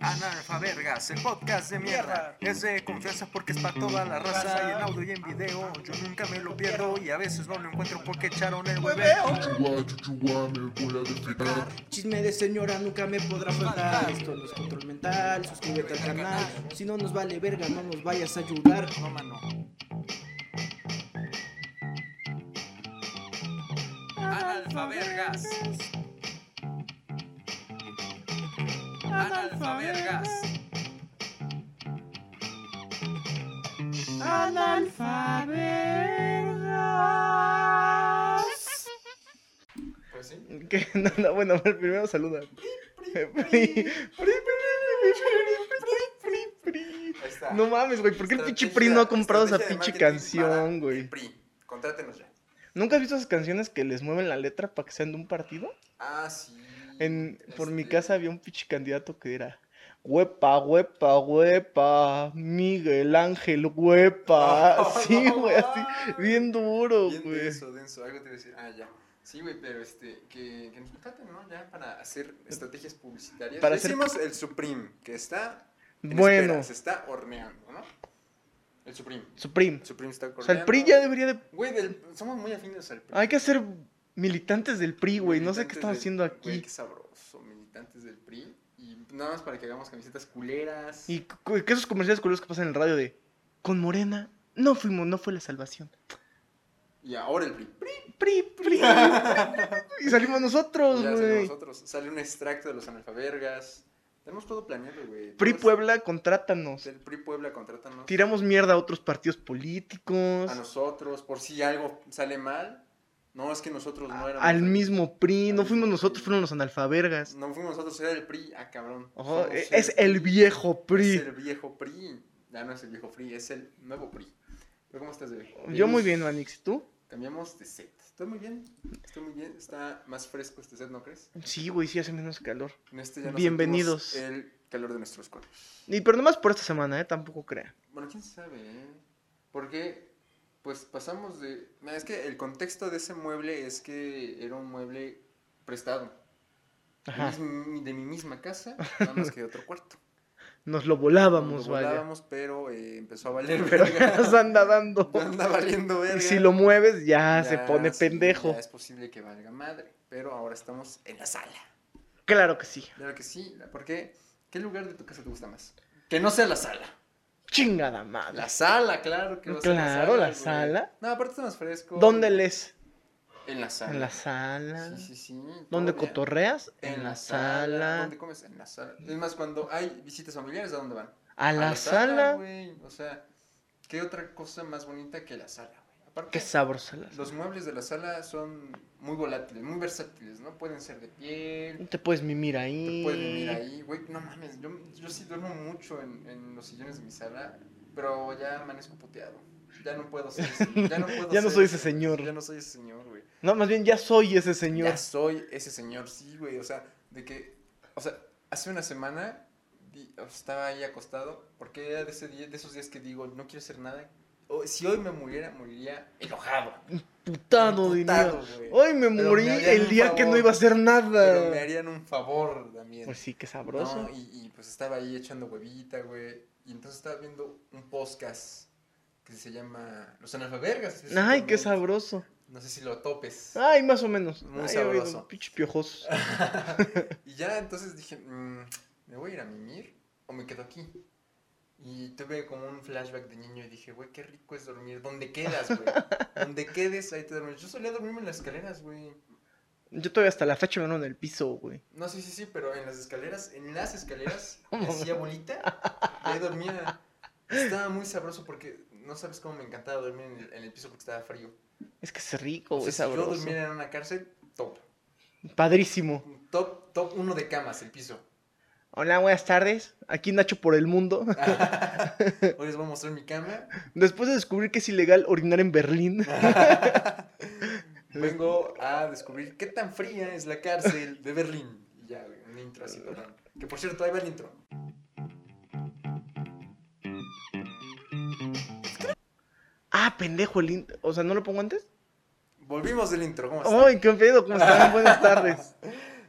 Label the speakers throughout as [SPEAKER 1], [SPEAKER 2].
[SPEAKER 1] Analfa Vergas, el podcast de mierda. Es de confianza porque es para toda la raza. Y en audio y en video, yo nunca me lo pierdo. Y a veces no lo encuentro porque echaron el hueveo.
[SPEAKER 2] Chuchuá, chuchuá, me voy a despegar.
[SPEAKER 3] Chisme de señora nunca me podrá faltar. Esto no es control mental, suscríbete al canal. Si no nos vale verga, no nos vayas a ayudar.
[SPEAKER 1] No, mano. Analfa Vergas. Analfa Vergas.
[SPEAKER 4] Pues
[SPEAKER 5] ¿Qué? No, no, bueno, primero saluda. Pri, pri, pri, pri, pri, pri.
[SPEAKER 4] Ahí está.
[SPEAKER 5] No mames, güey, ¿por qué el pinche Pri no ha comprado esa pinche canción, güey?
[SPEAKER 4] Pri, contrátenos ya.
[SPEAKER 5] ¿Nunca has visto esas canciones que les mueven la letra para que sean de un partido?
[SPEAKER 4] Ah, sí.
[SPEAKER 5] En, por mi
[SPEAKER 4] Este,
[SPEAKER 5] casa había un pinche candidato que era Huepa, huepa, huepa, Miguel Ángel, huepa.
[SPEAKER 4] Oh,
[SPEAKER 5] ah, sí,
[SPEAKER 4] no
[SPEAKER 5] güey, así,
[SPEAKER 4] mames.
[SPEAKER 5] bien duro,
[SPEAKER 4] Bien
[SPEAKER 5] güey.
[SPEAKER 4] denso, denso. Algo te iba a decir. Ah, ya. Sí, güey, pero este, que, que nos contraten, ¿no? Ya para hacer estrategias publicitarias.
[SPEAKER 5] Para
[SPEAKER 4] Para
[SPEAKER 5] hacer-
[SPEAKER 4] Hicimos el Supreme, que está. en
[SPEAKER 5] Bueno,
[SPEAKER 4] espera, se está horneando, ¿no? El Supreme.
[SPEAKER 5] Supreme.
[SPEAKER 4] El Supreme está horneando.
[SPEAKER 5] O sea, el PRI ya debería de...
[SPEAKER 4] Güey, del- somos muy afines al PRI.
[SPEAKER 5] Hay que ser militantes del PRI, güey. No sé qué están
[SPEAKER 4] estamos
[SPEAKER 5] haciendo
[SPEAKER 4] Güey,
[SPEAKER 5] aquí.
[SPEAKER 4] qué sabroso, militantes del PRI. Y nada más para que hagamos camisetas culeras.
[SPEAKER 5] Y cu- que esos comerciales curiosos que pasan en el radio de con Morena no fuimos, no fue la salvación.
[SPEAKER 4] Y ahora el PRI. PRI,
[SPEAKER 5] Pri, pri, y salimos nosotros,
[SPEAKER 4] ya salimos
[SPEAKER 5] güey.
[SPEAKER 4] nosotros. Sale un extracto de los analfabergas. Tenemos todo planeado, güey.
[SPEAKER 5] Pri
[SPEAKER 4] Todo es-
[SPEAKER 5] Puebla, contrátanos.
[SPEAKER 4] El PRI Puebla, contrátanos.
[SPEAKER 5] Tiramos mierda a otros partidos
[SPEAKER 4] a
[SPEAKER 5] políticos,
[SPEAKER 4] nosotros, por si algo sale mal. No, es que nosotros no éramos.
[SPEAKER 5] al
[SPEAKER 4] el-
[SPEAKER 5] mismo PRI, no
[SPEAKER 4] Al
[SPEAKER 5] fuimos
[SPEAKER 4] mismo
[SPEAKER 5] nosotros,
[SPEAKER 4] PRI.
[SPEAKER 5] fueron los analfabergas.
[SPEAKER 4] No fuimos nosotros, era el PRI. Ah, cabrón.
[SPEAKER 5] Ojo,
[SPEAKER 4] Somos
[SPEAKER 5] e- es el viejo
[SPEAKER 4] Es
[SPEAKER 5] PRI.
[SPEAKER 4] el viejo PRI. Ya no es el viejo PRI, es el nuevo PRI. ¿Pero cómo estás, bebé?
[SPEAKER 5] Yo muy bien, Manix, ¿y tú?
[SPEAKER 4] Cambiamos de set. Estoy muy bien. Estoy muy bien. Está más fresco este set, ¿no crees?
[SPEAKER 5] Sí, güey, sí hace menos calor.
[SPEAKER 4] En este ya nos
[SPEAKER 5] Bienvenidos.
[SPEAKER 4] sentimos El calor de nuestros cuerpos.
[SPEAKER 5] Y pero nomás por esta semana, eh, tampoco crean.
[SPEAKER 4] Bueno, quién sabe, ¿eh? Porque, pues pasamos de. Nah, Es que el contexto de ese mueble es que era un mueble prestado.
[SPEAKER 5] Ajá.
[SPEAKER 4] De, mi, de mi misma casa, nada más que de otro cuarto.
[SPEAKER 5] Nos lo
[SPEAKER 4] Nos
[SPEAKER 5] volábamos,
[SPEAKER 4] lo
[SPEAKER 5] vaya.
[SPEAKER 4] volábamos, pero eh, empezó a valer
[SPEAKER 5] Nos
[SPEAKER 4] verga.
[SPEAKER 5] anda dando.
[SPEAKER 4] Ya anda valiendo verga.
[SPEAKER 5] Y si lo mueves, ya, Ah, se
[SPEAKER 4] Ya,
[SPEAKER 5] pone
[SPEAKER 4] sí,
[SPEAKER 5] pendejo.
[SPEAKER 4] ya es posible que valga madre, pero ahora estamos en la sala.
[SPEAKER 5] Claro que sí.
[SPEAKER 4] Claro que sí, la- porque ¿qué lugar de tu casa te gusta más? Que no sea la sala.
[SPEAKER 5] Chingada madre.
[SPEAKER 4] La sala, claro que va a ser
[SPEAKER 5] Claro, la
[SPEAKER 4] güey.
[SPEAKER 5] sala.
[SPEAKER 4] No, aparte está más fresco.
[SPEAKER 5] ¿Dónde lees?
[SPEAKER 4] En la sala.
[SPEAKER 5] En la sala.
[SPEAKER 4] Sí, sí, sí. todo
[SPEAKER 5] ¿Dónde
[SPEAKER 4] bien.
[SPEAKER 5] cotorreas?
[SPEAKER 4] En la sala. ¿Dónde comes? En la sala. Es más, cuando hay visitas familiares, ¿a dónde van?
[SPEAKER 5] A
[SPEAKER 4] A
[SPEAKER 5] la sala.
[SPEAKER 4] güey. O sea, ¿qué otra cosa más bonita que la sala, güey? Aparte,
[SPEAKER 5] Qué sabrosa la sala.
[SPEAKER 4] los muebles de la sala son muy volátiles, muy versátiles, ¿no? Pueden ser de piel,
[SPEAKER 5] Te puedes mimir
[SPEAKER 4] Te
[SPEAKER 5] ahí.
[SPEAKER 4] puedes venir ahí, güey. No mames, yo, yo sí duermo mucho en, en los sillones de mi sala, pero ya amanezco puteado. Ya no puedo ser ese, ya no, puedo
[SPEAKER 5] Ya no
[SPEAKER 4] ser
[SPEAKER 5] soy ese señor.
[SPEAKER 4] Ya no soy ese señor, güey.
[SPEAKER 5] No, más bien ya soy ese señor.
[SPEAKER 4] Ya soy ese señor, sí, güey. O sea, de que, o sea, hace una semana di- estaba ahí acostado, porque era de, ese día, de esos días que digo, no quiero hacer nada. O- si hoy me muriera, moriría enojado.
[SPEAKER 5] Putado, diría.
[SPEAKER 4] emputado, güey.
[SPEAKER 5] Hoy me
[SPEAKER 4] me
[SPEAKER 5] morí
[SPEAKER 4] harían
[SPEAKER 5] el
[SPEAKER 4] un
[SPEAKER 5] día que no
[SPEAKER 4] favor.
[SPEAKER 5] iba a hacer
[SPEAKER 4] Pero me
[SPEAKER 5] nada.
[SPEAKER 4] harían un favor también.
[SPEAKER 5] Pues sí, qué sabroso.
[SPEAKER 4] No, y, y, pues estaba ahí echando huevita, güey. Y entonces estaba viendo un podcast que se llama Los Analfabergas.
[SPEAKER 5] Ay,
[SPEAKER 4] específicamente.
[SPEAKER 5] qué sabroso. Ah.
[SPEAKER 4] No sé si lo topes.
[SPEAKER 5] Ay, más o menos.
[SPEAKER 4] Muy
[SPEAKER 5] Ay, oído,
[SPEAKER 4] sabroso.
[SPEAKER 5] Pinche piojosos.
[SPEAKER 4] y ya entonces dije, "Mm, ¿me voy a ir a mimir o me quedo aquí? Y tuve como un flashback de niño y dije, güey, qué rico es dormir. ¿Dónde quedas, güey? Donde quedes, ahí te duermes. Yo solía dormirme en las escaleras, güey.
[SPEAKER 5] Yo todavía hasta la fecha me ando en el piso, güey.
[SPEAKER 4] No, sí, sí, sí, pero en las escaleras, en las escaleras, me hacía bolita y ahí dormía. Estaba muy sabroso porque no sabes cómo me encantaba dormir en el, en el piso porque estaba frío.
[SPEAKER 5] Es que es rico,
[SPEAKER 4] O
[SPEAKER 5] güey,
[SPEAKER 4] sea,
[SPEAKER 5] es
[SPEAKER 4] si Pues yo
[SPEAKER 5] sabroso.
[SPEAKER 4] dormiera en una cárcel, top.
[SPEAKER 5] Padrísimo.
[SPEAKER 4] Top, top uno de camas, el piso.
[SPEAKER 5] Hola, buenas tardes. Aquí Nacho por el mundo.
[SPEAKER 4] Ah. Hoy les voy a mostrar mi cama.
[SPEAKER 5] Después de descubrir que es ilegal orinar en Berlín.
[SPEAKER 4] Ah. Vengo a descubrir qué tan fría es la cárcel de Berlín. Y ya, güey, un intro así, cabrón. Que por cierto, ahí va el intro.
[SPEAKER 5] Ah, pendejo, el in- O sea, ¿no lo pongo antes?
[SPEAKER 4] Volvimos del intro, ¿cómo estás?
[SPEAKER 5] Ay, qué pedo, ¿cómo están? Buenas tardes.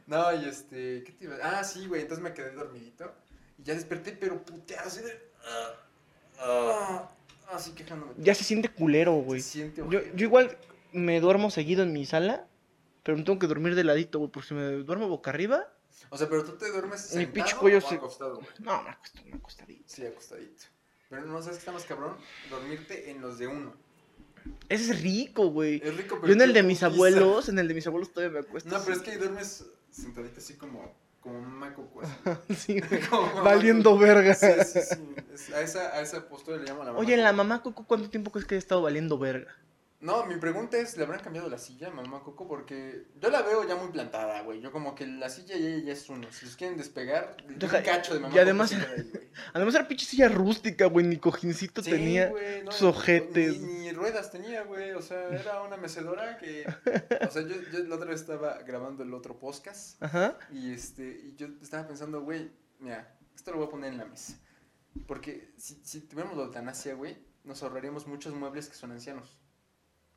[SPEAKER 4] No, y este, ¿qué te iba? Ah, sí, güey, entonces me quedé dormidito Y ya desperté, pero puteado, así de. ah, ah, así quejándome.
[SPEAKER 5] Ya se siente culero, güey.
[SPEAKER 4] Se siente
[SPEAKER 5] Yo,
[SPEAKER 4] horrible.
[SPEAKER 5] yo igual me duermo seguido en mi sala, pero me tengo que dormir de ladito, güey, porque si me duermo boca arriba,
[SPEAKER 4] O sea, pero tú te duermes
[SPEAKER 5] Mi
[SPEAKER 4] sentado
[SPEAKER 5] pinche cuello
[SPEAKER 4] o
[SPEAKER 5] se-
[SPEAKER 4] acostado, güey.
[SPEAKER 5] no, me acuesto, me acostadito.
[SPEAKER 4] Sí, acostadito. Pero no sabes qué está más cabrón, dormirte en los de uno.
[SPEAKER 5] Ese es rico, güey.
[SPEAKER 4] Es rico, Eh, pero.
[SPEAKER 5] Yo en el
[SPEAKER 4] qué
[SPEAKER 5] de mis
[SPEAKER 4] putiza.
[SPEAKER 5] abuelos, en el de mis abuelos todavía me acuesto.
[SPEAKER 4] No, pero es
[SPEAKER 5] así.
[SPEAKER 4] que ahí duermes sentadito así como, como un macoco. así.
[SPEAKER 5] Sí, güey,
[SPEAKER 4] Como mamaco.
[SPEAKER 5] Valiendo verga.
[SPEAKER 4] Sí, sí, sí. Es- a, esa, a esa postura le llaman la
[SPEAKER 5] Oye, en
[SPEAKER 4] mamaco.
[SPEAKER 5] la mamá Coco, ¿cuánto tiempo crees que he estado valiendo verga?
[SPEAKER 4] No, mi pregunta es, ¿le habrán cambiado la silla, mamá Coco? Porque yo la veo ya muy plantada, güey. Yo como que la silla ya, ya es uno. Si los quieren despegar, un
[SPEAKER 5] Deja-
[SPEAKER 4] cacho de mamá
[SPEAKER 5] y
[SPEAKER 4] Coco
[SPEAKER 5] además-
[SPEAKER 4] se queda ahí, güey.
[SPEAKER 5] Además era pinche silla rústica, güey, ni cojincito
[SPEAKER 4] Sí,
[SPEAKER 5] tenía.
[SPEAKER 4] güey, no,
[SPEAKER 5] tus ojetes.
[SPEAKER 4] Ni, ni ruedas tenía, güey. O sea, era una mecedora que... O sea, yo, yo la otra vez estaba grabando el otro podcast.
[SPEAKER 5] Ajá.
[SPEAKER 4] Y este, y yo estaba pensando, güey, mira, esto lo voy a poner en la mesa. Porque si, si tuviéramos la eutanasia, güey, nos ahorraríamos muchos muebles que son ancianos.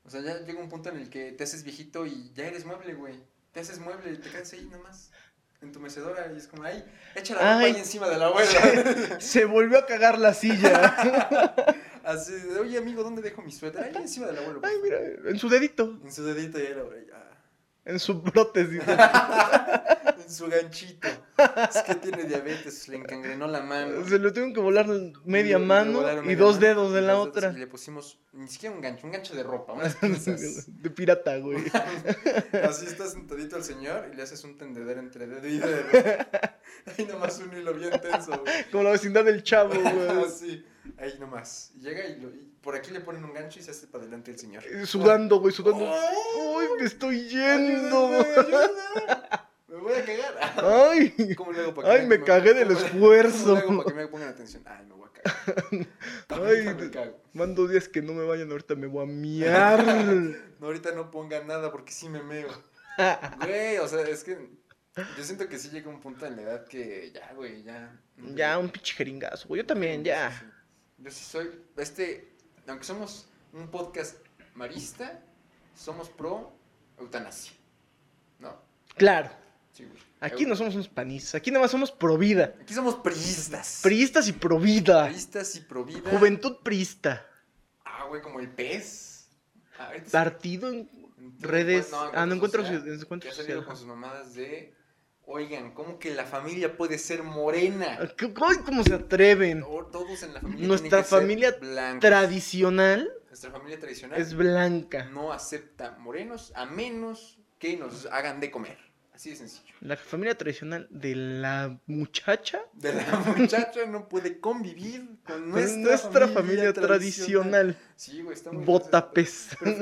[SPEAKER 4] O sea, ya llega un punto en el que te haces viejito y ya eres mueble, güey. Te haces mueble y te quedas ahí nomás. En tu mecedora y es como, ay, echa la ropa
[SPEAKER 5] Ay.
[SPEAKER 4] ahí encima de la abuela.
[SPEAKER 5] Se volvió a cagar la silla.
[SPEAKER 4] Así de, oye, amigo, ¿dónde dejo mi suéter? Ahí encima del abuelo. por
[SPEAKER 5] Ay,
[SPEAKER 4] favor".
[SPEAKER 5] mira, en su dedito,
[SPEAKER 4] En su dedito y ahí la abuela, ya.
[SPEAKER 5] en su prótesis.
[SPEAKER 4] En su ganchito. Es que tiene diabetes, le encangrenó la mano.
[SPEAKER 5] Se lo tuvieron que volar media
[SPEAKER 4] Le- le
[SPEAKER 5] mano
[SPEAKER 4] volaron
[SPEAKER 5] y
[SPEAKER 4] media
[SPEAKER 5] dos
[SPEAKER 4] mano,
[SPEAKER 5] dedos de
[SPEAKER 4] y
[SPEAKER 5] la
[SPEAKER 4] dos dedos,
[SPEAKER 5] otra.
[SPEAKER 4] Y le pusimos ni siquiera un gancho, un gancho de ropa, unas pinzas.
[SPEAKER 5] De pirata, güey.
[SPEAKER 4] Así estás sentadito al señor y le haces un tendedero entre dedo y dedo. Ahí nomás un hilo bien tenso, güey.
[SPEAKER 5] Como la vecindad del chavo, güey.
[SPEAKER 4] Así, ahí nomás. Y Llega y, lo- y por aquí le ponen un gancho y se hace para adelante el señor.
[SPEAKER 5] Sudando, güey, sudando.
[SPEAKER 4] ¡Oh!
[SPEAKER 5] ¡Uy, me estoy yendo!
[SPEAKER 4] ¡Ayúdenme,
[SPEAKER 5] güey!
[SPEAKER 4] ayúdenme! Me voy a cagar.
[SPEAKER 5] ¡Ay!
[SPEAKER 4] ¿Cómo le hago para
[SPEAKER 5] ¡Ay, me cagué del
[SPEAKER 4] ¿Cómo le-
[SPEAKER 5] esfuerzo!
[SPEAKER 4] ¿Cómo le hago para que me pongan atención? Ay, me voy a cagar.
[SPEAKER 5] Ay,
[SPEAKER 4] Ahorita me
[SPEAKER 5] de-
[SPEAKER 4] cago.
[SPEAKER 5] Mando días que no me vayan, ahorita me voy a miar.
[SPEAKER 4] No, ahorita no pongan nada porque sí me meo. Güey, o sea, es que yo siento que sí llega un punto en la edad que ya, güey, ya.
[SPEAKER 5] Ya, un pinche jeringazo, güey. Yo también, ya.
[SPEAKER 4] Yo sí soy, este, aunque somos un podcast marista, somos pro eutanasia. ¿No?
[SPEAKER 5] Claro,
[SPEAKER 4] Sí, güey.
[SPEAKER 5] aquí no somos unos panistas. Aquí nada más somos pro vida.
[SPEAKER 4] Aquí somos priistas.
[SPEAKER 5] Priistas y pro vida.
[SPEAKER 4] Priistas y pro vida.
[SPEAKER 5] Juventud priista.
[SPEAKER 4] Ah, güey, como el pez. Ah, ahorita sí.
[SPEAKER 5] Partido en
[SPEAKER 4] Entonces,
[SPEAKER 5] redes.
[SPEAKER 4] pues,
[SPEAKER 5] Ah, no encuentro.
[SPEAKER 4] social. Que
[SPEAKER 5] encuentro
[SPEAKER 4] ha salido
[SPEAKER 5] social.
[SPEAKER 4] con sus mamadas de, oigan, ¿cómo que la familia puede ser morena?
[SPEAKER 5] ¿Qué- cómo- ¿Cómo se atreven?
[SPEAKER 4] O Todos en la familia
[SPEAKER 5] Nuestra
[SPEAKER 4] tienen que ser
[SPEAKER 5] familia
[SPEAKER 4] blancos.
[SPEAKER 5] Tradicional
[SPEAKER 4] Nuestra familia tradicional
[SPEAKER 5] es blanca.
[SPEAKER 4] no acepta morenos a menos que nos hagan de comer. Así de sencillo.
[SPEAKER 5] La familia tradicional de la muchacha
[SPEAKER 4] De la muchacha no puede convivir con
[SPEAKER 5] es
[SPEAKER 4] nuestra,
[SPEAKER 5] nuestra, familia, tradicional.
[SPEAKER 4] Sí, güey, está muy
[SPEAKER 5] Botapes.
[SPEAKER 4] Pero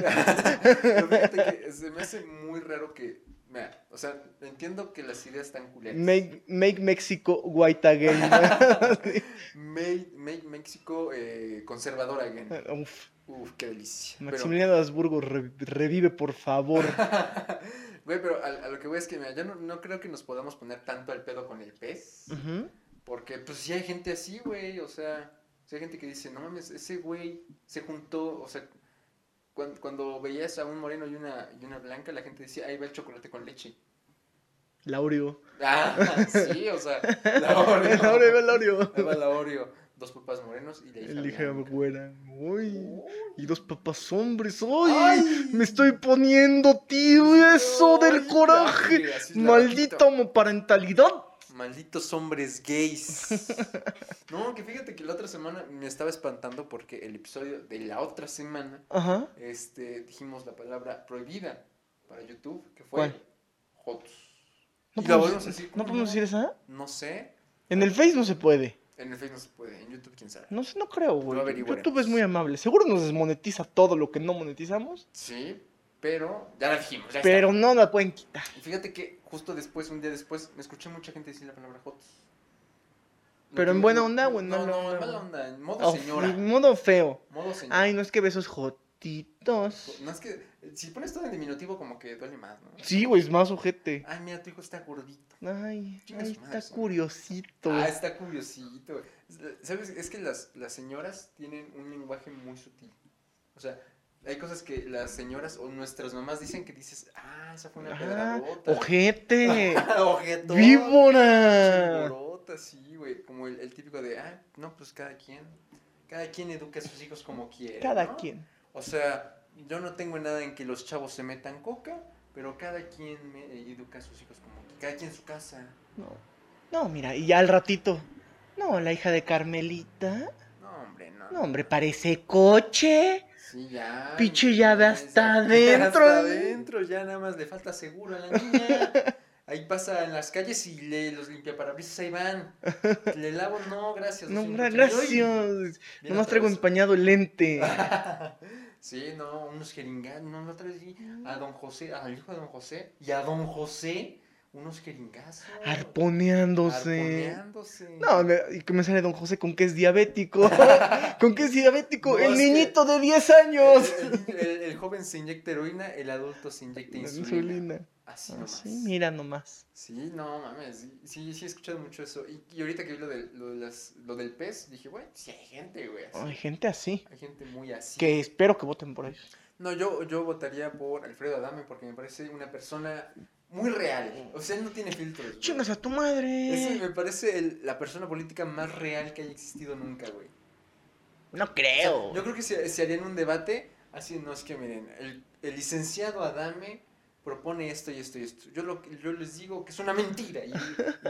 [SPEAKER 4] fíjate que se me hace muy raro que. mira, o sea, entiendo que las ideas están culeras.
[SPEAKER 5] Make, make Mexico white again.
[SPEAKER 4] Make, make México eh, conservadora again.
[SPEAKER 5] Uf,
[SPEAKER 4] Uf, qué delicia. Pero-
[SPEAKER 5] Maximiliano de Habsburgo, re- revive por favor.
[SPEAKER 4] Güey, pero a, a lo que voy es que mira, yo no, no creo que nos podamos poner tanto al pedo con el pez.
[SPEAKER 5] Ujú.
[SPEAKER 4] Porque, pues, si hay gente así, güey. O sea, si hay gente que dice, no mames, ese güey se juntó. O sea, cuan- cuando, veías a un moreno y una, y una blanca, la gente decía, ahí va el chocolate con leche.
[SPEAKER 5] Laurio.
[SPEAKER 4] Ah, sí, o sea, la Oreo.
[SPEAKER 5] El Laurio, el Laurio.
[SPEAKER 4] Ahí va la Oreo. Dos papás morenos y la hija.
[SPEAKER 5] El hija
[SPEAKER 4] blanca.
[SPEAKER 5] güera. Uy. Y dos papas hombres. ¡Ay!
[SPEAKER 4] ¡Ay!
[SPEAKER 5] Me estoy poniendo tieso
[SPEAKER 4] Ay,
[SPEAKER 5] del coraje.
[SPEAKER 4] ya, así es la
[SPEAKER 5] Maldita
[SPEAKER 4] ratita.
[SPEAKER 5] homoparentalidad.
[SPEAKER 4] Malditos hombres gays. No, que fíjate que la otra semana me estaba espantando porque el episodio de la otra semana
[SPEAKER 5] Ajá.
[SPEAKER 4] este, dijimos la palabra prohibida para YouTube, que fue
[SPEAKER 5] ¿Cuál?
[SPEAKER 4] Jotos.
[SPEAKER 5] No
[SPEAKER 4] Y la
[SPEAKER 5] podemos,
[SPEAKER 4] volvemos a decir,
[SPEAKER 5] no podemos decir esa.
[SPEAKER 4] No sé,
[SPEAKER 5] En el Face no se puede.
[SPEAKER 4] en el Facebook no se puede, en YouTube quién sabe.
[SPEAKER 5] No sé, no creo,
[SPEAKER 4] Lo
[SPEAKER 5] güey.
[SPEAKER 4] averiguaremos.
[SPEAKER 5] YouTube es muy amable. Seguro nos desmonetiza todo lo que no monetizamos.
[SPEAKER 4] Sí, pero ya la dijimos, ya
[SPEAKER 5] Pero no la pueden quitar.
[SPEAKER 4] está. Y fíjate que justo después, un día después, me escuché mucha gente decir la palabra Jotos. Lo
[SPEAKER 5] ¿Pero
[SPEAKER 4] que-
[SPEAKER 5] en buena onda o en
[SPEAKER 4] no,
[SPEAKER 5] mala
[SPEAKER 4] no,
[SPEAKER 5] onda?
[SPEAKER 4] en mala onda, en modo
[SPEAKER 5] Oh,
[SPEAKER 4] señora.
[SPEAKER 5] en modo feo.
[SPEAKER 4] Modo señora.
[SPEAKER 5] Ay, no es que besos jotitos.
[SPEAKER 4] No es que si pones todo en diminutivo como que duele más, ¿no?
[SPEAKER 5] Sí, güey, es más ojete.
[SPEAKER 4] Ay, mira, tu hijo está gordito.
[SPEAKER 5] Ay,
[SPEAKER 4] Chinga
[SPEAKER 5] ay
[SPEAKER 4] su madre,
[SPEAKER 5] está
[SPEAKER 4] sí.
[SPEAKER 5] curiosito.
[SPEAKER 4] Ah, está curiosito. ¿Sabes? Es que las, las señoras tienen un lenguaje muy sutil. O sea, hay cosas que las señoras o nuestras mamás dicen que dices, ah, esa fue una
[SPEAKER 5] Ah,
[SPEAKER 4] pedradota.
[SPEAKER 5] ojete.
[SPEAKER 4] Ojetón.
[SPEAKER 5] Víbora. Ah.
[SPEAKER 4] Chingorota. Puta, sí, güey. Como el, el típico de, ah, no, pues cada quien. Cada quien educa a sus hijos como quiere.
[SPEAKER 5] Cada
[SPEAKER 4] ¿no?
[SPEAKER 5] quien.
[SPEAKER 4] O sea, yo no tengo nada en que los chavos se metan coca, pero cada quien me- eh, educa a sus hijos como quiere. Cada quien en su casa.
[SPEAKER 5] No. No, mira, y ya al ratito. No, la hija de Carmelita.
[SPEAKER 4] No, hombre, no.
[SPEAKER 5] No, hombre, parece coche.
[SPEAKER 4] Sí, ya.
[SPEAKER 5] Pinche llave
[SPEAKER 4] Ya,
[SPEAKER 5] hasta
[SPEAKER 4] ya,
[SPEAKER 5] adentro. ¿eh?
[SPEAKER 4] Hasta adentro, ya nada más le falta seguro a la niña. Ahí pasa en las calles y le, los limpiaparabrisas ahí van. Le lavo, no, gracias.
[SPEAKER 5] No,
[SPEAKER 4] soy un
[SPEAKER 5] gra-
[SPEAKER 4] cochino. Uy,
[SPEAKER 5] gracias.
[SPEAKER 4] viene otra
[SPEAKER 5] Nomás traigo
[SPEAKER 4] vez. Ah.
[SPEAKER 5] empañado el lente.
[SPEAKER 4] sí, no, unos jeringados. No, la otra vez vi a
[SPEAKER 5] Mm.
[SPEAKER 4] don José, al hijo de don José y a don José unos jeringazos.
[SPEAKER 5] Arponeándose.
[SPEAKER 4] Arponeándose.
[SPEAKER 5] No, me- y que me sale don José con que es diabético. con que es diabético.
[SPEAKER 4] No,
[SPEAKER 5] el
[SPEAKER 4] es que-
[SPEAKER 5] niñito de 10 años.
[SPEAKER 4] El, el- el- el joven se inyecta heroína, el adulto se inyecta insulina.
[SPEAKER 5] Insulina.
[SPEAKER 4] Así
[SPEAKER 5] Ah,
[SPEAKER 4] nomás.
[SPEAKER 5] Sí, mira nomás.
[SPEAKER 4] Sí, no mames, sí, sí, sí he escuchado mucho eso. Y, y ahorita que vi lo, del- lo, de las- lo del pez, dije, güey, sí hay gente, güey. así.
[SPEAKER 5] Hay gente así.
[SPEAKER 4] Hay gente muy así.
[SPEAKER 5] Que espero que voten por ellos.
[SPEAKER 4] No, yo, yo votaría por Alfredo Adame porque me parece una persona muy real. O sea, él no tiene filtros. güey.
[SPEAKER 5] Chingas a tu
[SPEAKER 4] Ese
[SPEAKER 5] madre.
[SPEAKER 4] me parece el- la persona política más real que haya existido nunca, güey.
[SPEAKER 5] No
[SPEAKER 4] O sea,
[SPEAKER 5] creo.
[SPEAKER 4] yo creo que se, se harían un debate así, no es que miren, el, el licenciado Adame propone esto y esto y esto. Yo, lo, yo les digo que es una mentira. Y,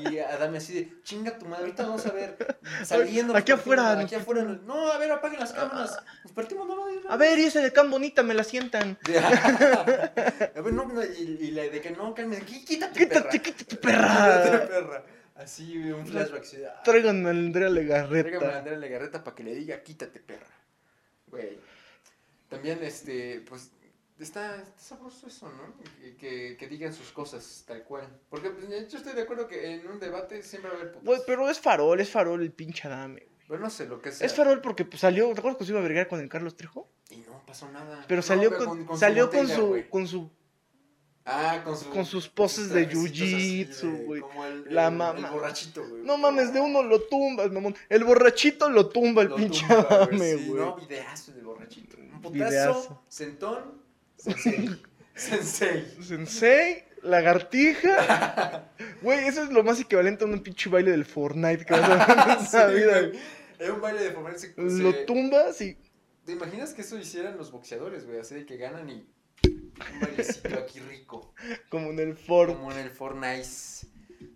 [SPEAKER 4] y Adame así de, chinga tu madre, ahorita vamos a ver. Saliendo. nos
[SPEAKER 5] Aquí afuera, Ah,
[SPEAKER 4] partimos,
[SPEAKER 5] nos
[SPEAKER 4] Aquí afuera. nos- No, a ver, apaguen las cámaras. Nos partimos, no, no, no.
[SPEAKER 5] A ver, y esa de Can Bonita me la sientan.
[SPEAKER 4] a ver, no, no, y, y la de que no, Carmen, quí- quítate, perra.
[SPEAKER 5] Quítate, quítate, perra.
[SPEAKER 4] Quítate, perra. Así, un flashback. así de, "Ah,
[SPEAKER 5] Traigan a Andrea
[SPEAKER 4] Tráigame a
[SPEAKER 5] Legarreta.
[SPEAKER 4] Andrea Legarreta para que le diga, quítate, perra. Güey. También, este, pues, está, está sabroso eso, ¿no? Que, que- que digan sus cosas tal cual. Porque pues, yo estoy de acuerdo que en un debate siempre va a haber putas.
[SPEAKER 5] Güey, pero es farol, es farol el pinche Adame.
[SPEAKER 4] Pero no sé lo que sea.
[SPEAKER 5] Es farol porque pues, salió, ¿te acuerdas que se iba a vergar con el Carlos Trejo?
[SPEAKER 4] Y no pasó nada.
[SPEAKER 5] Pero
[SPEAKER 4] No,
[SPEAKER 5] salió
[SPEAKER 4] pero
[SPEAKER 5] con, salió con
[SPEAKER 4] Montella,
[SPEAKER 5] su,
[SPEAKER 4] güey.
[SPEAKER 5] con su,
[SPEAKER 4] Ah, con su...
[SPEAKER 5] con sus poses de
[SPEAKER 4] trajecitos así,
[SPEAKER 5] jiu-jitsu, güey.
[SPEAKER 4] Como el,
[SPEAKER 5] La
[SPEAKER 4] el-
[SPEAKER 5] mamá.
[SPEAKER 4] el borrachito, güey.
[SPEAKER 5] No mames, de uno lo tumbas, mamón. El borrachito lo tumba el
[SPEAKER 4] Lo
[SPEAKER 5] pinche
[SPEAKER 4] tumba, güey,
[SPEAKER 5] Adame,
[SPEAKER 4] sí,
[SPEAKER 5] güey.
[SPEAKER 4] No, videazo de borrachito. Un putazo,
[SPEAKER 5] Videazo.
[SPEAKER 4] sentón, sensei. sensei.
[SPEAKER 5] Sensei, lagartija. Güey, eso es lo más equivalente a un pinche baile del Fortnite que vas a ver en
[SPEAKER 4] Sí,
[SPEAKER 5] la vida.
[SPEAKER 4] güey. Es un baile de formarse.
[SPEAKER 5] Lo tumbas y
[SPEAKER 4] ¿Te imaginas que eso hicieran los boxeadores, güey? Así de que ganan y. Un bailecito aquí rico.
[SPEAKER 5] como en el Ford.
[SPEAKER 4] Como en el Fortnite.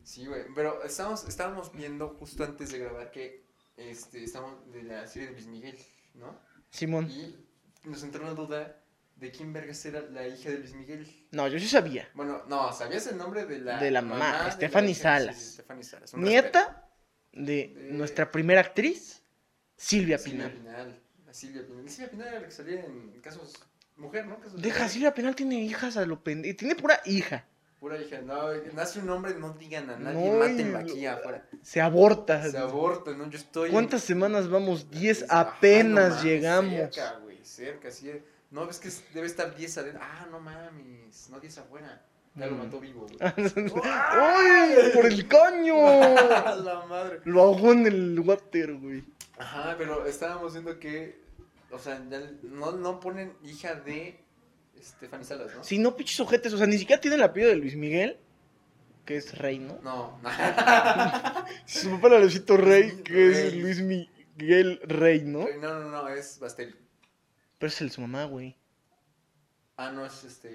[SPEAKER 4] Sí, güey. Pero estábamos, estábamos viendo justo antes de grabar que este, estamos de la serie de Luis Miguel, ¿no?
[SPEAKER 5] Simón.
[SPEAKER 4] Y nos entró una duda de quién vergas era la hija de Luis Miguel.
[SPEAKER 5] No, yo sí sabía.
[SPEAKER 4] Bueno, no, ¿sabías el nombre de la.
[SPEAKER 5] De la mamá,
[SPEAKER 4] de la
[SPEAKER 5] Stephanie
[SPEAKER 4] hija? Sí, sí,
[SPEAKER 5] Salas.
[SPEAKER 4] Stephanie Salas. un respeto.
[SPEAKER 5] Nieta de
[SPEAKER 4] De-
[SPEAKER 5] nuestra primera actriz, Silvia
[SPEAKER 4] Silvia
[SPEAKER 5] Pinal.
[SPEAKER 4] Pinal. La Silvia Pinal. Silvia Pinal era la que salía en casos. Mujer, ¿no? Casos de
[SPEAKER 5] Deja,
[SPEAKER 4] mujer.
[SPEAKER 5] Silvia Pinal tiene hijas a lo pendejo. Tiene pura hija.
[SPEAKER 4] Pura hija. No, nace un hombre, no digan a nadie.
[SPEAKER 5] No,
[SPEAKER 4] mátenlo
[SPEAKER 5] y-
[SPEAKER 4] aquí afuera.
[SPEAKER 5] Se aborta.
[SPEAKER 4] Se aborta, ¿no? Yo estoy.
[SPEAKER 5] ¿Cuántas semanas vamos? 10
[SPEAKER 4] Ajá, no
[SPEAKER 5] apenas
[SPEAKER 4] mames,
[SPEAKER 5] llegamos.
[SPEAKER 4] Cerca, güey. Cerca, sí. No, ves que es- debe estar 10 adentro. Ah, no mames. No 10 afuera. Ya lo
[SPEAKER 5] Mm.
[SPEAKER 4] mató vivo, güey.
[SPEAKER 5] ¡Ay! ¡Por el
[SPEAKER 4] ¡A
[SPEAKER 5] caño!
[SPEAKER 4] la madre!
[SPEAKER 5] Lo ahogó en el water, güey.
[SPEAKER 4] Ajá, pero estábamos viendo que. O sea, ya no, no ponen hija de. Stephanie Salas, ¿no?
[SPEAKER 5] Si no, pinches ojetes. O sea, ni siquiera tiene el apellido de Luis Miguel, que es rey, ¿no?
[SPEAKER 4] No, no.
[SPEAKER 5] Su papá era Luisito Rey, que es
[SPEAKER 4] Rey.
[SPEAKER 5] Luis Miguel Rey, ¿no?
[SPEAKER 4] No, no, no, es Bastel.
[SPEAKER 5] Pero es el de su mamá, güey.
[SPEAKER 4] Ah, no, es este.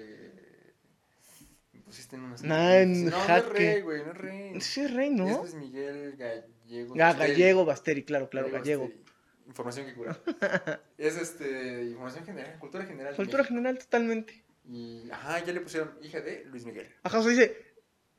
[SPEAKER 4] Me pusiste en unas.
[SPEAKER 5] Nah, en
[SPEAKER 4] no, no es
[SPEAKER 5] jaque.
[SPEAKER 4] rey, güey, no es rey.
[SPEAKER 5] Sí, es rey,
[SPEAKER 4] Es
[SPEAKER 5] ¿no?
[SPEAKER 4] Luis Miguel Gallego.
[SPEAKER 5] Ah,
[SPEAKER 4] Bastel.
[SPEAKER 5] gallego, Basteri, claro, claro,
[SPEAKER 4] Gallego
[SPEAKER 5] gallego.
[SPEAKER 4] Bastel. Información que cura. es este. Información general, cultura general. de
[SPEAKER 5] Cultura
[SPEAKER 4] México.
[SPEAKER 5] general totalmente.
[SPEAKER 4] Y. Ajá, ya le pusieron hija de Luis Miguel.
[SPEAKER 5] Ajá, o sea, dice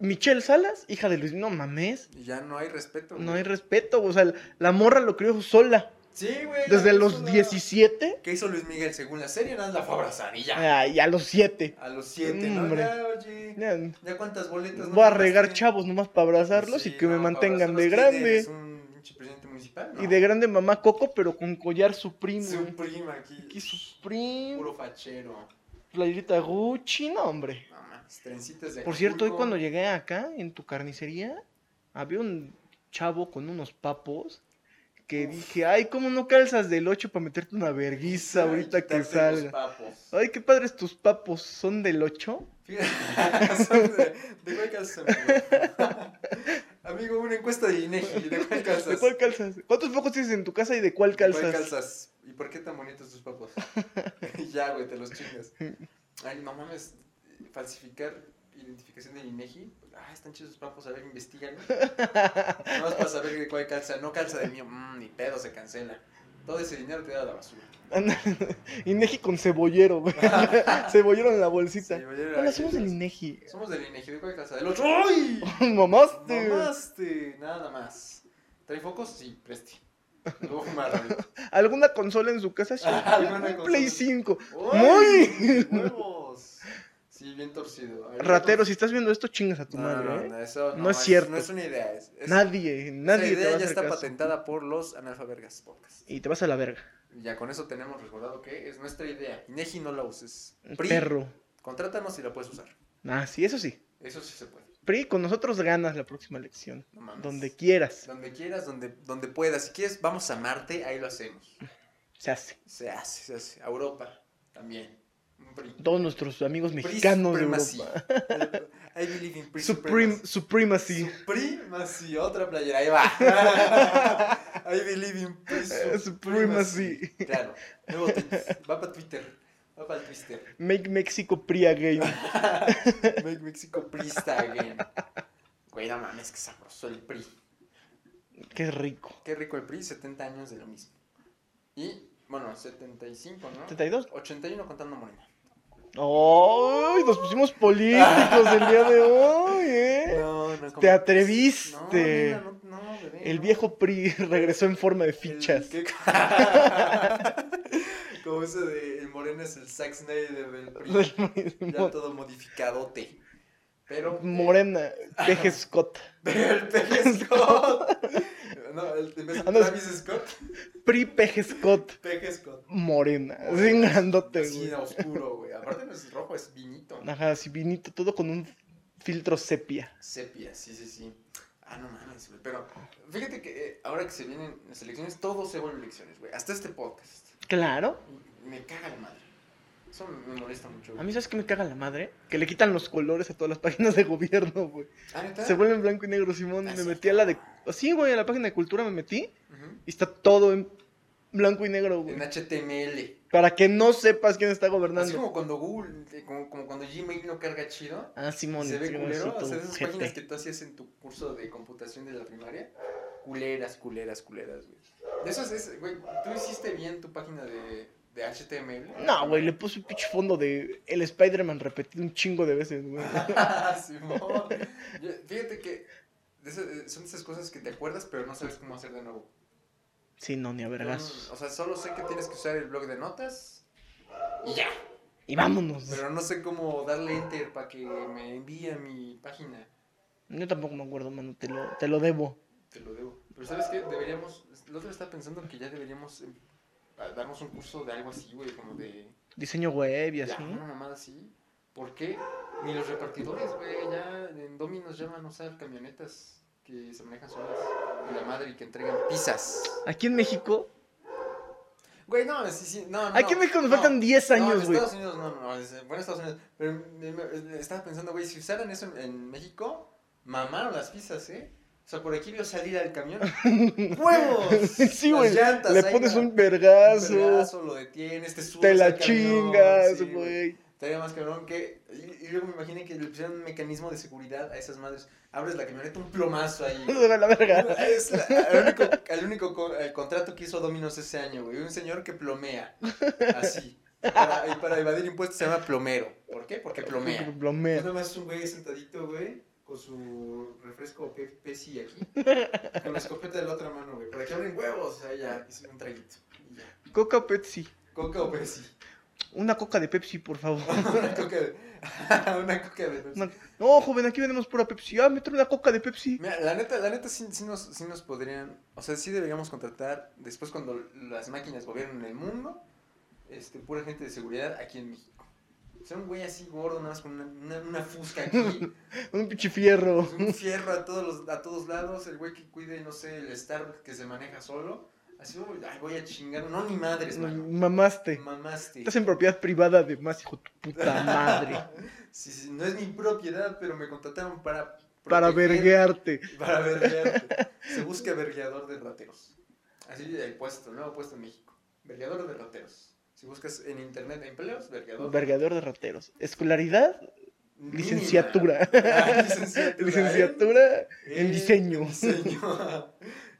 [SPEAKER 5] Michelle Salas, hija de Luis. No mames.
[SPEAKER 4] Y ya no hay respeto.
[SPEAKER 5] No
[SPEAKER 4] güey.
[SPEAKER 5] hay respeto, o sea, la- la morra lo crió sola.
[SPEAKER 4] Sí, güey.
[SPEAKER 5] Desde
[SPEAKER 4] la
[SPEAKER 5] los
[SPEAKER 4] persona-
[SPEAKER 5] 17
[SPEAKER 4] ¿Qué hizo Luis Miguel según la serie? Nada, la fue a abrazar y ya.
[SPEAKER 5] ah, y a los 7.
[SPEAKER 4] A los siete, ¿no?
[SPEAKER 5] Hombre.
[SPEAKER 4] Ya, oye.
[SPEAKER 5] Ya,
[SPEAKER 4] Ya cuántas boletas. no
[SPEAKER 5] Voy a
[SPEAKER 4] compraste?
[SPEAKER 5] regar chavos nomás para abrazarlos y
[SPEAKER 4] Sí,
[SPEAKER 5] que me
[SPEAKER 4] no,
[SPEAKER 5] mantengan de
[SPEAKER 4] abrazarlos, ¿quién
[SPEAKER 5] grande.
[SPEAKER 4] eres? un pinche presidente municipal?
[SPEAKER 5] Y
[SPEAKER 4] No.
[SPEAKER 5] de grande mamá Coco, pero con collar su primo.
[SPEAKER 4] Su prima aquí.
[SPEAKER 5] Aquí su primo.
[SPEAKER 4] Puro fachero.
[SPEAKER 5] Playerita Gucci, no, hombre.
[SPEAKER 4] No mames, trencitas de
[SPEAKER 5] Por cierto, hoy
[SPEAKER 4] Acapulco.
[SPEAKER 5] cuando llegué acá, en tu carnicería, había un chavo con unos papos que
[SPEAKER 4] Uf.
[SPEAKER 5] dije, ay, ¿cómo no calzas del 8 para meterte una verguiza
[SPEAKER 4] Ay,
[SPEAKER 5] ahorita
[SPEAKER 4] quitarte
[SPEAKER 5] que
[SPEAKER 4] los
[SPEAKER 5] salga?
[SPEAKER 4] papos.
[SPEAKER 5] Ay, qué padres tus papos, ¿son del 8?
[SPEAKER 4] Fíjate, son de- de huecas, amigo. Amigo, una encuesta de Inegi, ¿de cuál calzas?
[SPEAKER 5] ¿De cuál calzas? ¿Cuántos focos tienes en tu casa y de cuál
[SPEAKER 4] ¿De
[SPEAKER 5] calzas?
[SPEAKER 4] cuál calzas? ¿Y por qué tan bonitos tus papos? ya, güey, te los chingas. Ay, no mames, falsificar identificación del INEGI. Ah, están chidos sus papos, a ver, investigan. Nada más para saber de cuál calza. No calza del mío, mm, ni pedo, se cancela. Todo ese dinero te da a la basura.
[SPEAKER 5] Ándale. Inegi con cebollero, güey. cebollero en la bolsita.
[SPEAKER 4] Sí, oye,
[SPEAKER 5] Hola, somos del
[SPEAKER 4] galletas.
[SPEAKER 5] Inegi.
[SPEAKER 4] Somos del INEGI, ¿de cuál calza? Del otro. ¡Ay!
[SPEAKER 5] Mamaste.
[SPEAKER 4] ¡Mamaste! Nada más. ¿Trae focos? Sí, preste. Luego fumar, ahorita.
[SPEAKER 5] ¿Alguna consola en su casa? Sí.
[SPEAKER 4] Alguna
[SPEAKER 5] Un
[SPEAKER 4] consola.
[SPEAKER 5] Play 5.
[SPEAKER 4] ¡Ay!
[SPEAKER 5] ¡Muy!
[SPEAKER 4] ¡Huevos! Sí, bien torcido. A ver,
[SPEAKER 5] Ratero, si
[SPEAKER 4] entonces-
[SPEAKER 5] estás viendo esto, chingas a tu
[SPEAKER 4] No,
[SPEAKER 5] madre,
[SPEAKER 4] no,
[SPEAKER 5] ¿eh?
[SPEAKER 4] no, eso
[SPEAKER 5] No es cierto.
[SPEAKER 4] No es una idea. es- es-
[SPEAKER 5] nadie, nadie
[SPEAKER 4] Esa
[SPEAKER 5] te va
[SPEAKER 4] idea
[SPEAKER 5] a
[SPEAKER 4] ya
[SPEAKER 5] hacer
[SPEAKER 4] está
[SPEAKER 5] caso.
[SPEAKER 4] patentada por los analfabergas podcast.
[SPEAKER 5] Y te vas a la verga.
[SPEAKER 4] Ya con eso tenemos recordado que es nuestra idea. Inegi no la uses. PRI,
[SPEAKER 5] Perro.
[SPEAKER 4] Contrátanos y la puedes usar.
[SPEAKER 5] Ah, sí, eso sí.
[SPEAKER 4] Eso sí se puede.
[SPEAKER 5] Pri, con nosotros ganas la próxima elección.
[SPEAKER 4] No mames.
[SPEAKER 5] Donde quieras.
[SPEAKER 4] Donde quieras, donde, donde puedas. Si quieres, vamos a Marte, ahí lo hacemos.
[SPEAKER 5] Se hace.
[SPEAKER 4] Se hace, se hace. A Europa también. Un PRI.
[SPEAKER 5] Todos nuestros amigos
[SPEAKER 4] PRI
[SPEAKER 5] mexicanos de
[SPEAKER 4] supremacy.
[SPEAKER 5] Europa.
[SPEAKER 4] I believe in PRI
[SPEAKER 5] Supreme,
[SPEAKER 4] supremacy.
[SPEAKER 5] supremacy.
[SPEAKER 4] Supremacy, otra playera, ahí va. I believe in peace.
[SPEAKER 5] Eh, supremacy.
[SPEAKER 4] Claro, nuevo tweet. Va para Twitter. Va para el Twitter.
[SPEAKER 5] Make Mexico Pri again.
[SPEAKER 4] Make Mexico Prista again. Güey, no mames, que sabroso el PRI.
[SPEAKER 5] Qué rico.
[SPEAKER 4] Qué rico el PRI, 70 años de lo mismo. Y, bueno, 75, ¿no?
[SPEAKER 5] 72.
[SPEAKER 4] 81 contando Morena.
[SPEAKER 5] ¡Ay! nos pusimos políticos el día de hoy, ¿eh?
[SPEAKER 4] No, no,
[SPEAKER 5] Te atreviste.
[SPEAKER 4] No, nena, no, no, bebé,
[SPEAKER 5] El
[SPEAKER 4] no.
[SPEAKER 5] viejo PRI regresó en forma de
[SPEAKER 4] El-
[SPEAKER 5] fichas.
[SPEAKER 4] ¿qué? Como eso de el moreno es el Zack Snyder del PRI. Ya todo modificadote. Pero. eh,
[SPEAKER 5] Morena, Peje Scott.
[SPEAKER 4] Pero el Peje Scott. no, el, en vez de
[SPEAKER 5] Ah, no, es-
[SPEAKER 4] Travis Scott,
[SPEAKER 5] PRI Peje Scott.
[SPEAKER 4] Peje Scott.
[SPEAKER 5] Morena. Así en grandote,
[SPEAKER 4] Sí,
[SPEAKER 5] güey.
[SPEAKER 4] oscuro, güey. Aparte no es rojo, es vinito.
[SPEAKER 5] Ajá, así vinito, todo con un filtro sepia.
[SPEAKER 4] Sepia, sí, sí, sí. Ah, no mames, güey. Pero fíjate que eh, ahora que se vienen las elecciones, todo se vuelve elecciones, güey. Hasta este podcast.
[SPEAKER 5] Claro.
[SPEAKER 4] Me caga la madre. Eso me molesta mucho.
[SPEAKER 5] A
[SPEAKER 4] güey.
[SPEAKER 5] mí, ¿sabes qué me caga la madre? Que le quitan los colores a todas las páginas de gobierno, güey.
[SPEAKER 4] Ah, ¿neta?
[SPEAKER 5] Se vuelven blanco y negro, Simón. Me
[SPEAKER 4] Así.
[SPEAKER 5] metí a la de. Sí, güey, a la página de cultura me metí.
[SPEAKER 4] Ujú.
[SPEAKER 5] Y está todo en blanco y negro, güey.
[SPEAKER 4] En HTML.
[SPEAKER 5] Para que no sepas quién está
[SPEAKER 4] Así
[SPEAKER 5] gobernando.
[SPEAKER 4] como cuando Google, eh, como, como cuando Gmail no carga chido.
[SPEAKER 5] Ah, Simón.
[SPEAKER 4] se ve
[SPEAKER 5] sí,
[SPEAKER 4] culero.
[SPEAKER 5] sí,
[SPEAKER 4] O
[SPEAKER 5] todo
[SPEAKER 4] sea, esas
[SPEAKER 5] ojete.
[SPEAKER 4] páginas que tú hacías en tu curso de computación de la primaria. Culeras, culeras, culeras, güey. De eso es, güey, tú hiciste bien tu página de, de HTML.
[SPEAKER 5] No, güey, le puse un pinche fondo de el Spider-Man repetido un chingo de veces, güey.
[SPEAKER 4] Simón. Yo- fíjate que de esas- eh, son de esas cosas que te acuerdas, pero no sabes cómo hacer de nuevo.
[SPEAKER 5] Sí, no, ni a
[SPEAKER 4] Yo
[SPEAKER 5] vergas.
[SPEAKER 4] no- o sea, solo sé que tienes que usar el blog de notas y ya.
[SPEAKER 5] Y vámonos.
[SPEAKER 4] Pero no sé cómo darle enter para que me envíe a mi página.
[SPEAKER 5] Yo tampoco me acuerdo, mano, te lo, te lo debo.
[SPEAKER 4] Te lo debo. Pero ¿sabes qué? Deberíamos... El otro está pensando que ya deberíamos eh, a- darnos un curso de algo así, güey. Como de...
[SPEAKER 5] Diseño web y
[SPEAKER 4] ya,
[SPEAKER 5] así.
[SPEAKER 4] una mamada así. ¿Por qué? Ni los repartidores, güey. Ya en Dominos ya van a usar camionetas que se manejan solas. Y la madre y que entregan pizzas.
[SPEAKER 5] Aquí en México,
[SPEAKER 4] Güey, no, sí, sí. No, no.
[SPEAKER 5] aquí en México nos
[SPEAKER 4] no.
[SPEAKER 5] faltan 10
[SPEAKER 4] no,
[SPEAKER 5] años,
[SPEAKER 4] en
[SPEAKER 5] güey.
[SPEAKER 4] Estados Unidos, no, no, es- bueno, Estados Unidos. Pero me- me- estaba pensando, güey, si usaran eso en, en México, mamaron las pizzas, ¿eh? O sea, por aquí vio salir al camión. ¡Huevos!
[SPEAKER 5] sí,
[SPEAKER 4] Las
[SPEAKER 5] güey.
[SPEAKER 4] llantas,
[SPEAKER 5] Le
[SPEAKER 4] ahí
[SPEAKER 5] pones
[SPEAKER 4] va.
[SPEAKER 5] un vergazo.
[SPEAKER 4] vergazo, lo detienes, te subes
[SPEAKER 5] Te la
[SPEAKER 4] al camión,
[SPEAKER 5] chingas,
[SPEAKER 4] sí,
[SPEAKER 5] güey.
[SPEAKER 4] Estaría más cabrón que. Y, y luego me imaginé que le pusieran un mecanismo de seguridad a esas madres. Abres la camioneta, un plomazo ahí.
[SPEAKER 5] Eso de la verga.
[SPEAKER 4] Es la- el único, el único co- el contrato que hizo Dominos ese año, güey. Un señor que plomea. Así. Para, y para evadir impuestos se llama plomero. ¿Por qué? Porque plomea.
[SPEAKER 5] Plomea.
[SPEAKER 4] Pues Nada más un güey sentadito, güey, con su refresco Pe- Pepsi aquí. Con la escopeta de la otra mano, güey. Por aquí abren huevos. Ahí ya, hice un traguito. Y ya.
[SPEAKER 5] Coca Pepsi.
[SPEAKER 4] Coca o Pepsi.
[SPEAKER 5] Una coca de Pepsi, por favor.
[SPEAKER 4] Una coca de. Una coca de Pepsi.
[SPEAKER 5] Una- No, joven, aquí vendemos pura Pepsi. Ah, me trae una coca de Pepsi.
[SPEAKER 4] Mira, la neta, la neta sí, sí nos, sí nos podrían, o sea, sí deberíamos contratar, después cuando las máquinas gobiernen el mundo, este, pura gente de seguridad aquí en México. O sea, un güey así gordo, nada más con una, una, una fusca aquí,
[SPEAKER 5] Un pinche fierro.
[SPEAKER 4] pues, un fierro a todos, los, a todos lados, el güey que cuide, no sé, el Starbucks que se maneja solo. Así, uy, ay, voy a chingar, no, ni madres, mano.
[SPEAKER 5] Mamaste.
[SPEAKER 4] Mamaste.
[SPEAKER 5] Estás en propiedad privada de más, hijo de tu puta madre.
[SPEAKER 4] Sí, sí, no es mi propiedad, pero me contrataron para
[SPEAKER 5] para
[SPEAKER 4] proteger,
[SPEAKER 5] verguearte.
[SPEAKER 4] Para verguearte. Se busca vergueador de rateros. Así el puesto, nuevo puesto en México. Vergueador de rateros. Si buscas en internet empleos, vergueador.
[SPEAKER 5] Vergueador de rateros. Escolaridad,
[SPEAKER 4] Mínima.
[SPEAKER 5] licenciatura.
[SPEAKER 4] Ah, licenciatura.
[SPEAKER 5] licenciatura.
[SPEAKER 4] ¿eh?
[SPEAKER 5] en
[SPEAKER 4] Eh,
[SPEAKER 5] diseño.
[SPEAKER 4] Diseño.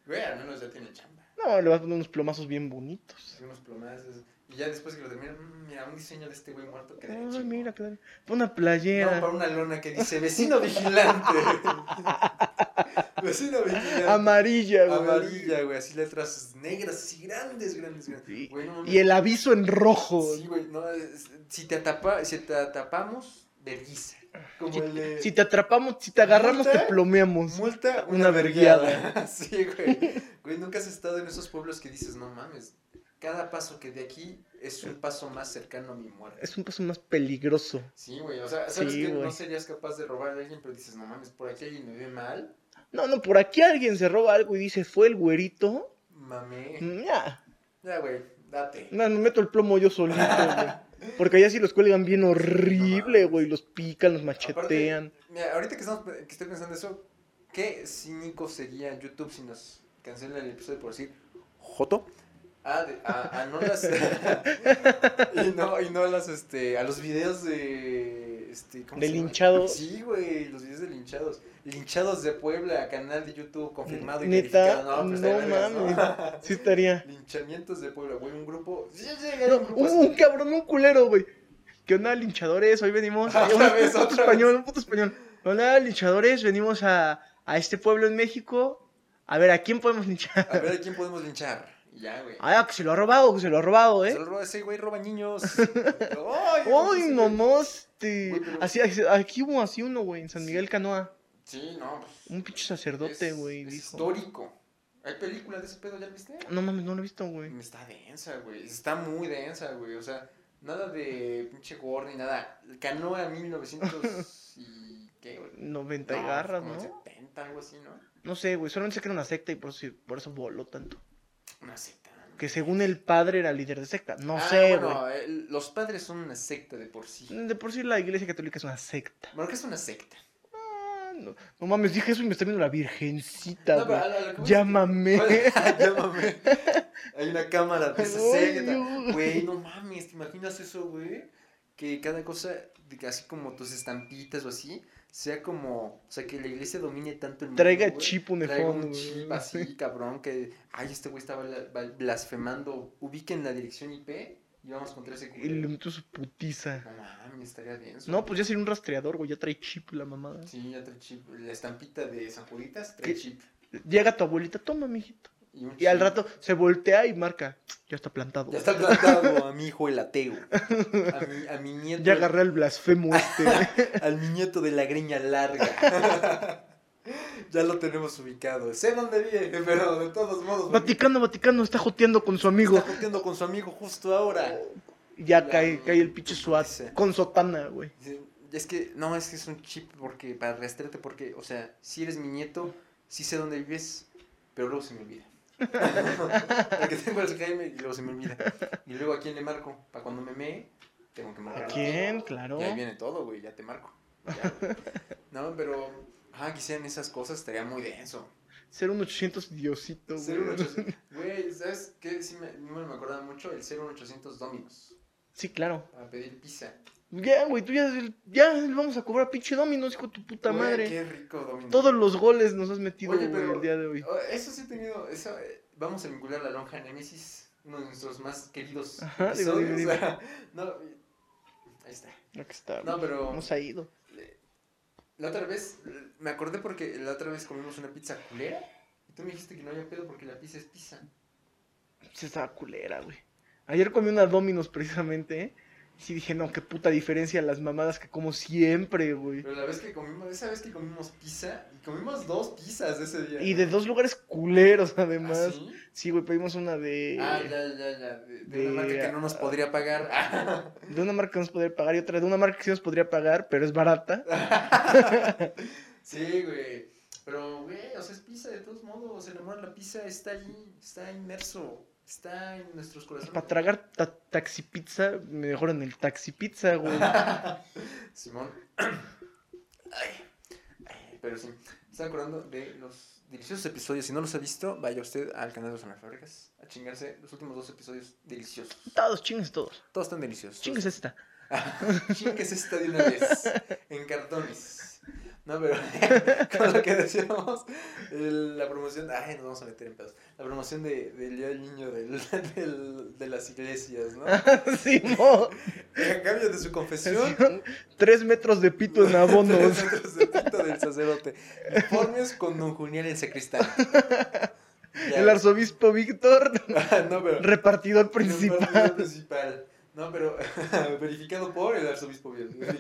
[SPEAKER 4] Güey, al menos ya tiene chamba.
[SPEAKER 5] No, le vas a poner unos plomazos bien bonitos.
[SPEAKER 4] Unos plomazos. Y ya después que lo terminan, mm, mira, un diseño de este güey muerto que de
[SPEAKER 5] Ay,
[SPEAKER 4] hecho.
[SPEAKER 5] mira, claro. Pon una
[SPEAKER 4] No,
[SPEAKER 5] playera.
[SPEAKER 4] para una lona que dice vecino vigilante. vecino vigilante.
[SPEAKER 5] amarilla, güey.
[SPEAKER 4] Amarilla, güey, así letras negras, así grandes, grandes, grandes.
[SPEAKER 5] Sí.
[SPEAKER 4] Güey, no mames.
[SPEAKER 5] Y el aviso en rojo.
[SPEAKER 4] Sí, güey, no, es- si te, atapa, si te atapamos, vergüenza. Como el de...
[SPEAKER 5] Si te atrapamos, si te agarramos, te
[SPEAKER 4] ¿Multa?
[SPEAKER 5] plomeamos.
[SPEAKER 4] multa,
[SPEAKER 5] una vergueada.
[SPEAKER 4] sí, güey. Güey, nunca has estado en esos pueblos que dices, no mames, cada paso que de aquí es un paso más cercano a mi muerte.
[SPEAKER 5] Es un paso más peligroso.
[SPEAKER 4] Sí, güey, o sea, sabes
[SPEAKER 5] Sí,
[SPEAKER 4] que no
[SPEAKER 5] güey.
[SPEAKER 4] serías capaz de robar a alguien, pero dices, no mames, por aquí alguien me ve mal,
[SPEAKER 5] No, no, por aquí alguien se roba algo y dice, fue el güerito.
[SPEAKER 4] mamé.
[SPEAKER 5] Mm, Ya,
[SPEAKER 4] Ya, güey, date.
[SPEAKER 5] no, me meto el plomo yo solito, güey. Porque allá sí los cuelgan bien horrible, güey. Los pican, los machetean.
[SPEAKER 4] Aparte, mira, ahorita que, estamos, que estoy pensando eso, ¿qué cínico sería YouTube si nos cancela el episodio por decir Joto? Ah, de- a, a no las. y no, y no las, este. A los videos de. Este, ¿cómo
[SPEAKER 5] De
[SPEAKER 4] se llama?
[SPEAKER 5] linchados.
[SPEAKER 4] Sí, güey, los videos de linchados. Linchados de Puebla, canal de YouTube confirmado y
[SPEAKER 5] Neta,
[SPEAKER 4] verificado.
[SPEAKER 5] no,
[SPEAKER 4] No, pero está de
[SPEAKER 5] mames.
[SPEAKER 4] vergas,
[SPEAKER 5] Sí estaría.
[SPEAKER 4] ¿no? Linchamientos de Puebla, güey, un grupo. Sí, sí, sí,
[SPEAKER 5] No,
[SPEAKER 4] un grupo
[SPEAKER 5] hubo
[SPEAKER 4] así.
[SPEAKER 5] un cabrón, un culero, güey. ¿Qué onda, linchadores? Hoy venimos.
[SPEAKER 4] Otra
[SPEAKER 5] un
[SPEAKER 4] vez,
[SPEAKER 5] puto
[SPEAKER 4] otra vez.
[SPEAKER 5] español, un puto español. Hola, linchadores. Venimos a, a este pueblo en México. A ver, ¿a quién podemos linchar?
[SPEAKER 4] A ver a quién podemos linchar. Y Ya, güey.
[SPEAKER 5] Ah, que se lo ha robado, que se lo ha robado,
[SPEAKER 4] Se
[SPEAKER 5] ¿eh?
[SPEAKER 4] lo roba Pues ese güey, roba niños. ¡Ay,
[SPEAKER 5] ¡Uy,
[SPEAKER 4] ese güey!
[SPEAKER 5] mamaste!
[SPEAKER 4] Güey, pero-
[SPEAKER 5] Así, así- aquí hubo así uno, güey, en San Miguel Canoa.
[SPEAKER 4] Sí, no. pues,
[SPEAKER 5] Un pinche
[SPEAKER 4] es-
[SPEAKER 5] sacerdote, güey,
[SPEAKER 4] Es
[SPEAKER 5] dijo.
[SPEAKER 4] histórico. ¿Hay película de ese pedo? ¿Ya la viste?
[SPEAKER 5] No mames, no lo he visto, güey.
[SPEAKER 4] Está densa, güey. Está muy densa, güey. O sea, nada de pinche gore ni nada. Canoa 1900 y... ¿Qué, güey?
[SPEAKER 5] 90 y
[SPEAKER 4] No,
[SPEAKER 5] garras,
[SPEAKER 4] como
[SPEAKER 5] ¿no?
[SPEAKER 4] 70, algo así, ¿no?
[SPEAKER 5] No sé, güey, solamente sé que era una secta y por eso, por eso voló tanto.
[SPEAKER 4] Una secta.
[SPEAKER 5] Que según el padre era líder de secta. No
[SPEAKER 4] Ah,
[SPEAKER 5] sé, güey.
[SPEAKER 4] bueno, eh, los padres son una secta de por sí.
[SPEAKER 5] De por sí la iglesia católica es una secta.
[SPEAKER 4] Bueno, ¿qué es una secta?
[SPEAKER 5] Ah, no, no mames, dije eso y me está viendo la virgencita,
[SPEAKER 4] No, pero
[SPEAKER 5] güey.
[SPEAKER 4] a lo- a lo que voy es-
[SPEAKER 5] Llámame.
[SPEAKER 4] Llámame. Hay una cámara de
[SPEAKER 5] Ay,
[SPEAKER 4] secta.
[SPEAKER 5] Dios.
[SPEAKER 4] Güey, no mames, ¿te imaginas eso, güey? Que cada cosa, de que así como tus estampitas o así, sea como, o sea, que la iglesia domine tanto el mundo.
[SPEAKER 5] Traiga
[SPEAKER 4] güey.
[SPEAKER 5] chip un
[SPEAKER 4] Traiga
[SPEAKER 5] fondo,
[SPEAKER 4] un chip así, cabrón, que, ay, este güey estaba blasfemando, ubiquen la dirección IP y vamos contra ese
[SPEAKER 5] Y
[SPEAKER 4] culero.
[SPEAKER 5] le meto su putiza.
[SPEAKER 4] No mames, estaría bien. eso.
[SPEAKER 5] No, pues ya sería un rastreador, güey. Ya trae chip la mamada.
[SPEAKER 4] Sí, ya trae chip. La estampita de San Juditas trae
[SPEAKER 5] ¿Qué?
[SPEAKER 4] chip.
[SPEAKER 5] Llega tu abuelita, toma, mijito.
[SPEAKER 4] un
[SPEAKER 5] Y al
[SPEAKER 4] chip.
[SPEAKER 5] rato se voltea y marca. Ya está plantado.
[SPEAKER 4] Ya
[SPEAKER 5] Ya,
[SPEAKER 4] está plantado a mi hijo el ateo. A mi, a mi nieto.
[SPEAKER 5] agarré al blasfemo este.
[SPEAKER 4] Al mi nieto de la greña larga. ya lo tenemos ubicado. Sé dónde vive, pero de todos modos. porque
[SPEAKER 5] Vaticano, Vaticano, está joteando con su amigo.
[SPEAKER 4] Está junteando con su amigo justo ahora.
[SPEAKER 5] Y ya
[SPEAKER 4] La-
[SPEAKER 5] cae, cae el pinche
[SPEAKER 4] tu
[SPEAKER 5] SWAT
[SPEAKER 4] putiza.
[SPEAKER 5] con sotana, güey.
[SPEAKER 4] Dice, Es que, no, es que es un chip porque, para rastrearte, porque, o sea, si eres mi nieto, sí sé dónde vives, pero luego se me olvida. porque tengo Alzheimer y luego se me olvida. Y luego a quién le marco, para cuando me mee, tengo que marcar.
[SPEAKER 5] ¿A quién? Claro.
[SPEAKER 4] Y ahí viene todo, güey, ya te marco. Ya, güey. no, pero. Ah, que sean esas cosas estaría muy denso.
[SPEAKER 5] Ser un 800 diosito, güey.
[SPEAKER 4] Ser un 800. Güey, ¿sabes qué? Sí me, no me acordaba mucho el 01800 Dominos.
[SPEAKER 5] Sí, claro.
[SPEAKER 4] Para pedir pizza.
[SPEAKER 5] Ya, güey, tú ya, ya le vamos a cobrar pinche dominos, hijo de tu puta
[SPEAKER 4] Güey,
[SPEAKER 5] madre.
[SPEAKER 4] Qué rico Dominos.
[SPEAKER 5] Todos los goles nos has metido,
[SPEAKER 4] Oye,
[SPEAKER 5] güey,
[SPEAKER 4] pero-
[SPEAKER 5] el día de hoy.
[SPEAKER 4] Oh, Eso sí he tenido. Eso, eh, vamos a vincular la lonja Nemesis. Uno de nuestros más queridos.
[SPEAKER 5] Ajá, digo,
[SPEAKER 4] episodios.
[SPEAKER 5] digo,
[SPEAKER 4] no, ahí está.
[SPEAKER 5] Aquí está,
[SPEAKER 4] No,
[SPEAKER 5] güey.
[SPEAKER 4] pero.
[SPEAKER 5] Hemos ido.
[SPEAKER 4] La otra vez, eh, me acordé porque la otra vez comimos una pizza culera. Y tú me dijiste que no había pedo porque la pizza es pizza.
[SPEAKER 5] Sí, estaba culera, güey. Ayer comí unas Dominos precisamente, ¿eh? Sí dije, no, qué puta diferencia a las mamadas que como siempre, güey.
[SPEAKER 4] Pero la vez que comimos, esa vez que comimos pizza, y comimos dos pizzas ese día.
[SPEAKER 5] Y de dos lugares culeros, además.
[SPEAKER 4] ¿Ah, sí?
[SPEAKER 5] Sí, güey, pedimos una de...
[SPEAKER 4] Ah, ya, ya, ya. De, de
[SPEAKER 5] de-
[SPEAKER 4] una marca que no nos podría pagar.
[SPEAKER 5] De una marca que no nos podría pagar y otra de una marca que sí nos podría pagar, pero es barata.
[SPEAKER 4] sí, güey. Pero, güey, o sea, es pizza de todos modos. El amor a la pizza está allí, está inmerso, está en nuestros corazones.
[SPEAKER 5] Para tragar ta- taxi pizza, mejor en el taxi pizza, güey.
[SPEAKER 4] Simón. Ay, ay, Pero sí, me estaba acordando de los deliciosos episodios. Si no los ha visto, vaya usted al canal de Los Fábricas a chingarse los últimos dos episodios deliciosos.
[SPEAKER 5] Todos, chingues todos.
[SPEAKER 4] Todos están deliciosos.
[SPEAKER 5] Chingues esta.
[SPEAKER 4] Chingues esta de una vez. En cartones. No, pero con lo que decíamos, el- la promoción. Ay, nos vamos a meter en pedos. La promoción de, del Día del Niño del- del- de las iglesias, ¿no?
[SPEAKER 5] Simón.
[SPEAKER 4] A cambio de su confesión,
[SPEAKER 5] Tres metros de pito en abonos.
[SPEAKER 4] tres metros de pito del sacerdote. Informes con don Julián el sacristán. Ya.
[SPEAKER 5] El arzobispo Víctor,
[SPEAKER 4] Ah, no, pero.
[SPEAKER 5] repartidor
[SPEAKER 4] El
[SPEAKER 5] principal.
[SPEAKER 4] partido principal. No, pero verificado por el arzobispo Víctor.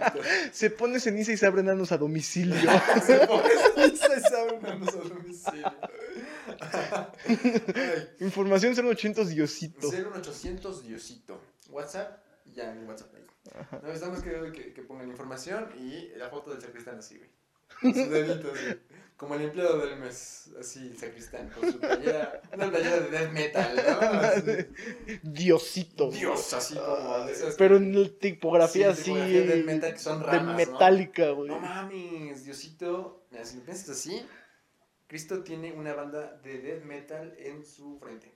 [SPEAKER 5] Se pone ceniza y se abren anos a domicilio.
[SPEAKER 4] Se pone- se sabe una cosa a domicilio. Ay,
[SPEAKER 5] Información 0800 Diosito.
[SPEAKER 4] 01800 Diosito. WhatsApp, ya en WhatsApp ahí. No, está más que, que, que pongan la información y la foto del sacristán así, güey. Su dedito así. Como el empleado del mes, así, el sacristán, con su playera, una playera de death metal, ¿no? Así,
[SPEAKER 5] Diosito.
[SPEAKER 4] Dios, así como de esas
[SPEAKER 5] Pero en la tipografía
[SPEAKER 4] Sí,
[SPEAKER 5] así.
[SPEAKER 4] tipografía de metal que son
[SPEAKER 5] de
[SPEAKER 4] ramas, ¿no?
[SPEAKER 5] metálica, güey.
[SPEAKER 4] No mames, Diosito. Mira, si lo piensas así, Cristo tiene una banda de death metal en su frente.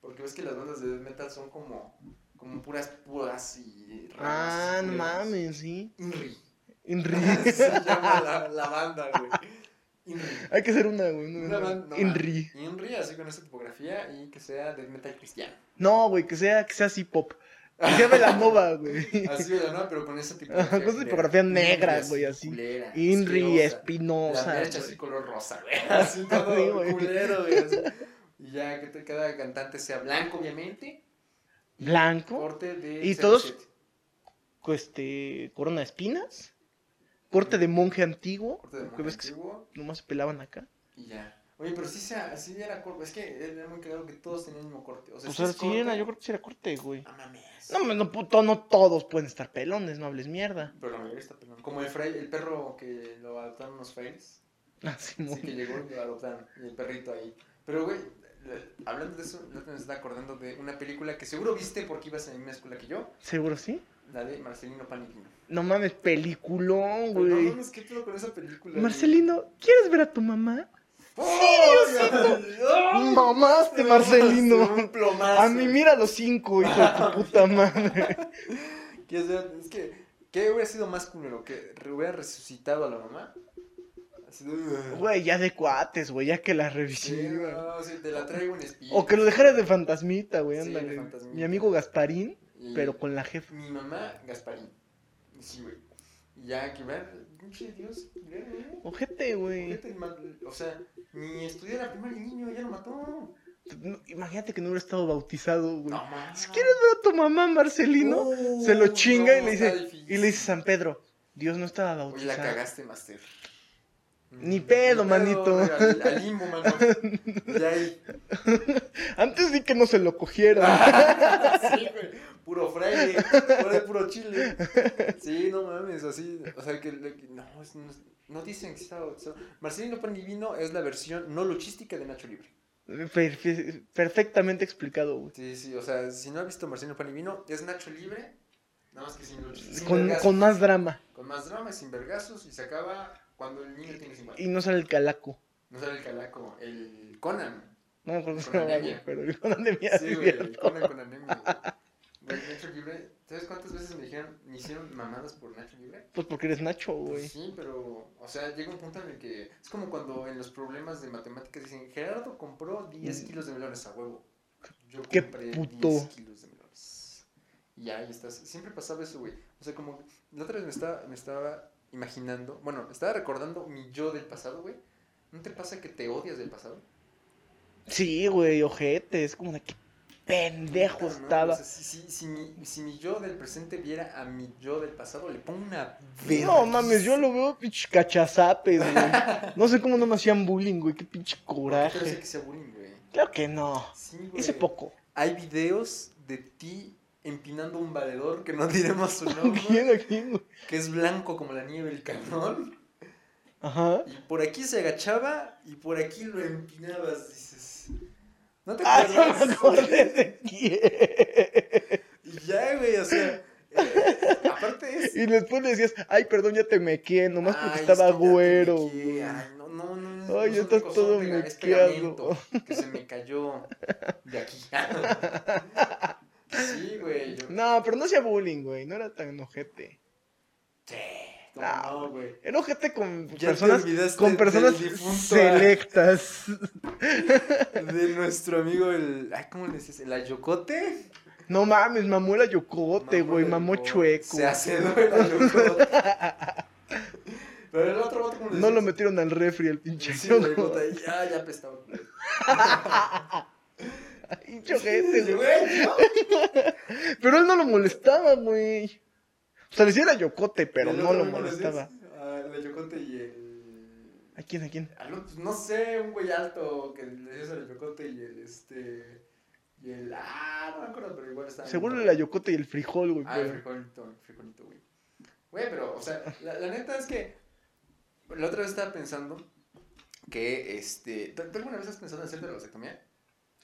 [SPEAKER 4] Porque ves que las bandas de death metal son como, como puras púas y ramas.
[SPEAKER 5] ah, no
[SPEAKER 4] culeras.
[SPEAKER 5] mames, sí.
[SPEAKER 4] Inri.
[SPEAKER 5] Inri.
[SPEAKER 4] Se llama la, la banda, güey. Inri.
[SPEAKER 5] Hay que hacer una, güey. No,
[SPEAKER 4] Una ban- no
[SPEAKER 5] Inri.
[SPEAKER 4] mames. Inri, así con esa tipografía y que sea death metal cristiano.
[SPEAKER 5] No, güey, que sea, que sea así pop. Que sea Velanova, güey.
[SPEAKER 4] Así, ¿verdad? No? Pero con esa
[SPEAKER 5] Ajá,
[SPEAKER 4] tipografía.
[SPEAKER 5] con esa
[SPEAKER 4] culera.
[SPEAKER 5] tipografía negra,
[SPEAKER 4] Inri,
[SPEAKER 5] güey, así.
[SPEAKER 4] culera,
[SPEAKER 5] Inri
[SPEAKER 4] asquerosa. La
[SPEAKER 5] Espinosa.
[SPEAKER 4] derecha así color rosa, güey. Así todo
[SPEAKER 5] Sí, güey.
[SPEAKER 4] culero, güey. así. Y ya que te- cada cantante sea blanco, obviamente.
[SPEAKER 5] güey. Blanco.
[SPEAKER 4] Corte de.
[SPEAKER 5] ¿Y
[SPEAKER 4] 07.
[SPEAKER 5] todos? con Este. Corona de espinas. Corte de monje antiguo.
[SPEAKER 4] Corte de
[SPEAKER 5] que ves
[SPEAKER 4] monje
[SPEAKER 5] que se-
[SPEAKER 4] antiguo
[SPEAKER 5] nomás se pelaban acá.
[SPEAKER 4] y ya. Oye, pero sí, sea, sí era corte. Es que era muy claro que todos tenían el mismo corte. O sea,
[SPEAKER 5] Pues
[SPEAKER 4] si es
[SPEAKER 5] así era,
[SPEAKER 4] corte-
[SPEAKER 5] yo creo que sí era corte, güey.
[SPEAKER 4] Ah, mames.
[SPEAKER 5] No, mames, no, puto, no todos pueden estar pelones, no hables mierda.
[SPEAKER 4] Pero la mayoría está pelón. Como el, fray, el perro que lo adoptaron unos frailes.
[SPEAKER 5] Así,
[SPEAKER 4] Sí, que llegó y lo adoptaron. Y el perrito ahí. Pero, güey, le- hablando de eso, ahorita me está acordando de una película que seguro viste porque ibas en la misma escuela que yo.
[SPEAKER 5] ¿Seguro sí?
[SPEAKER 4] La de Marcelino Paniquino.
[SPEAKER 5] No mames, peliculón,
[SPEAKER 4] Pero No
[SPEAKER 5] güey.
[SPEAKER 4] mames, ¿qué pedo con esa película? güey?
[SPEAKER 5] Marcelino, ¿quieres ver a tu mamá?
[SPEAKER 4] ¡Oh, Dios! Un
[SPEAKER 5] Mamaste, este Marcelino.
[SPEAKER 4] plomazo.
[SPEAKER 5] A mí Ah, mira los cinco, hijo de tu puta madre.
[SPEAKER 4] Que, o sea, es que, ¿qué hubiera sido más culero? ¿Que re- hubiera resucitado a la mamá? Así de-
[SPEAKER 5] Güey, ya de cuates, güey, ya que la
[SPEAKER 4] Sí,
[SPEAKER 5] revisé. güey.
[SPEAKER 4] no, sí, te la traigo en espíritu.
[SPEAKER 5] O que lo dejaras de fantasmita, güey,
[SPEAKER 4] Sí, de
[SPEAKER 5] ándale.
[SPEAKER 4] fantasmita.
[SPEAKER 5] Mi amigo Gasparín,
[SPEAKER 4] Y-
[SPEAKER 5] pero con la jefa.
[SPEAKER 4] Mi mamá, Gasparín. Sí, güey. Y Ya, que ver, pinche Dios, que ver, güey.
[SPEAKER 5] Ojete,
[SPEAKER 4] ¿Qué
[SPEAKER 5] güey.
[SPEAKER 4] te ma- O sea, ni estudió la primaria el niño, ya lo mató.
[SPEAKER 5] No, imagínate que no hubiera estado bautizado, güey.
[SPEAKER 4] No Uh, mames.
[SPEAKER 5] Si quieres ver a tu mamá, Marcelino, se lo chinga y le dice- y le dice a San Pedro, Dios no estaba
[SPEAKER 4] Oye, la
[SPEAKER 5] bautizado.
[SPEAKER 4] cagaste, Master.
[SPEAKER 5] Ni pedo, manito.
[SPEAKER 4] güey, Al, al limbo, mano. Y ahí.
[SPEAKER 5] Antes di que no se lo
[SPEAKER 4] Ah.
[SPEAKER 5] cogiera.
[SPEAKER 4] Sí, güey. Puro fraile. Puro, puro chile. Sí, no mames, así. O sea, que. le- que- No, es- no, es- no dicen que está. bautizado. Marcelino Panivino es la versión no luchística de Nacho Libre.
[SPEAKER 5] Perfe- perfectamente explicado, güey.
[SPEAKER 4] Sí, sí, o sea, si no has visto Marcelino Panivino, es Nacho Libre, nada más que sin, sin
[SPEAKER 5] Con,
[SPEAKER 4] vergazos.
[SPEAKER 5] con más drama.
[SPEAKER 4] Con más drama, sin vergazos, y se acaba cuando el niño tiene 50.
[SPEAKER 5] Y no sale el calaco.
[SPEAKER 4] No sale el calaco, el Conan.
[SPEAKER 5] No me acuerdo
[SPEAKER 4] Con
[SPEAKER 5] cómo se
[SPEAKER 4] anemia.
[SPEAKER 5] llama, pero el con anemia.
[SPEAKER 4] Sí,
[SPEAKER 5] es
[SPEAKER 4] güey, el
[SPEAKER 5] cierto.
[SPEAKER 4] Conan con anemia. Güey, Nacho Libre, ¿sabes cuántas veces me dijeron, me hicieron mamadas por Nacho Libre?
[SPEAKER 5] Pues porque eres Nacho,
[SPEAKER 4] Pues
[SPEAKER 5] güey.
[SPEAKER 4] sí, pero, o sea, llega un punto en el que es como cuando en los problemas de matemáticas dicen, Gerardo compró 10 kilos de melones a huevo. Yo
[SPEAKER 5] Mm. Qué
[SPEAKER 4] compré
[SPEAKER 5] puto.
[SPEAKER 4] 10 kilos de melones. Y ahí estás. Siempre pasaba eso, güey. O sea, como la otra vez me estaba, me estaba imaginando, bueno, estaba recordando mi yo del pasado, güey. ¿No te pasa que te odias del pasado?
[SPEAKER 5] Sí, güey, ojete. Es como de qué pendejo
[SPEAKER 4] Puta, ¿no? O
[SPEAKER 5] estaba.
[SPEAKER 4] sea, si, si- si mi, si mi yo del presente viera a mi yo del pasado, le pongo una
[SPEAKER 5] No mames, yo lo veo pinche cachazapes, güey. No sé cómo no me hacían bullying, güey. Qué pinche
[SPEAKER 4] Yo sé
[SPEAKER 5] coraje.
[SPEAKER 4] que sea bullying, güey.
[SPEAKER 5] Claro que no.
[SPEAKER 4] Sí, güey.
[SPEAKER 5] Hice poco.
[SPEAKER 4] Hay videos de ti empinando un valedor que no diremos su nombre,
[SPEAKER 5] ¿Quién a quién, güey?
[SPEAKER 4] que es blanco como la nieve el cabrón.
[SPEAKER 5] Ajá.
[SPEAKER 4] Y por aquí se agachaba y por aquí lo empinabas, dices. ¿No te
[SPEAKER 5] Ah, ya
[SPEAKER 4] acuerdas?
[SPEAKER 5] me acordé de quién.
[SPEAKER 4] Y ya, güey, o sea. eh, aparte, puedes.
[SPEAKER 5] Y después le decías, ay, perdón, ya te mequé, nomás porque
[SPEAKER 4] Ay,
[SPEAKER 5] estaba
[SPEAKER 4] es que ya te
[SPEAKER 5] güero.
[SPEAKER 4] mequé,
[SPEAKER 5] güey.
[SPEAKER 4] Ay, no, no, no. no,
[SPEAKER 5] Ay,
[SPEAKER 4] no
[SPEAKER 5] ya
[SPEAKER 4] son
[SPEAKER 5] estás
[SPEAKER 4] cosas,
[SPEAKER 5] todo
[SPEAKER 4] pega- es
[SPEAKER 5] mequeado.
[SPEAKER 4] pegamento Que se me cayó de aquí. sí, güey. yo-
[SPEAKER 5] No, pero no hacía bullying, güey, no era tan ojete.
[SPEAKER 4] Sí, cómo
[SPEAKER 5] No,
[SPEAKER 4] no, güey.
[SPEAKER 5] Era ojete con
[SPEAKER 4] Ya te
[SPEAKER 5] personas,
[SPEAKER 4] olvidaste
[SPEAKER 5] con
[SPEAKER 4] del
[SPEAKER 5] personas
[SPEAKER 4] difunto, ah.
[SPEAKER 5] selectas.
[SPEAKER 4] De nuestro amigo, el. Ay, ¿cómo le dices? ¿El ayocote?
[SPEAKER 5] No mames, mamó el yocote,
[SPEAKER 4] Mamó
[SPEAKER 5] güey,
[SPEAKER 4] el
[SPEAKER 5] mamó
[SPEAKER 4] ayocote.
[SPEAKER 5] chueco.
[SPEAKER 4] Se hacedó el ayocote. Pero el otro vato, ¿cómo le
[SPEAKER 5] No lo
[SPEAKER 4] decías?
[SPEAKER 5] metieron al refri, el pinche
[SPEAKER 4] Sí,
[SPEAKER 5] yocote.
[SPEAKER 4] güey, puta, ya, ya apestaba.
[SPEAKER 5] Pinche ojete, güey.
[SPEAKER 4] Güey, ¿no?
[SPEAKER 5] Pero él no lo molestaba, güey. O sea, le decía el ayocote, pero
[SPEAKER 4] El
[SPEAKER 5] no
[SPEAKER 4] otro
[SPEAKER 5] lo
[SPEAKER 4] amigo le decías,
[SPEAKER 5] molestaba.
[SPEAKER 4] ah, El ayocote y el.
[SPEAKER 5] ¿A quién, a quién?
[SPEAKER 4] Algo, pues, no sé, un güey alto que le decías el yocote y el este. Y el. Ah, no me acuerdo, pero igual estaba.
[SPEAKER 5] Seguro el ayocote y el frijol, güey.
[SPEAKER 4] Ah, el
[SPEAKER 5] pero-
[SPEAKER 4] frijolito, el frijolito, güey. Güey, pero, o sea, la, la neta es que. La otra vez estaba pensando que, este. ¿Tú tú alguna vez has pensado en hacerte la vasectomía?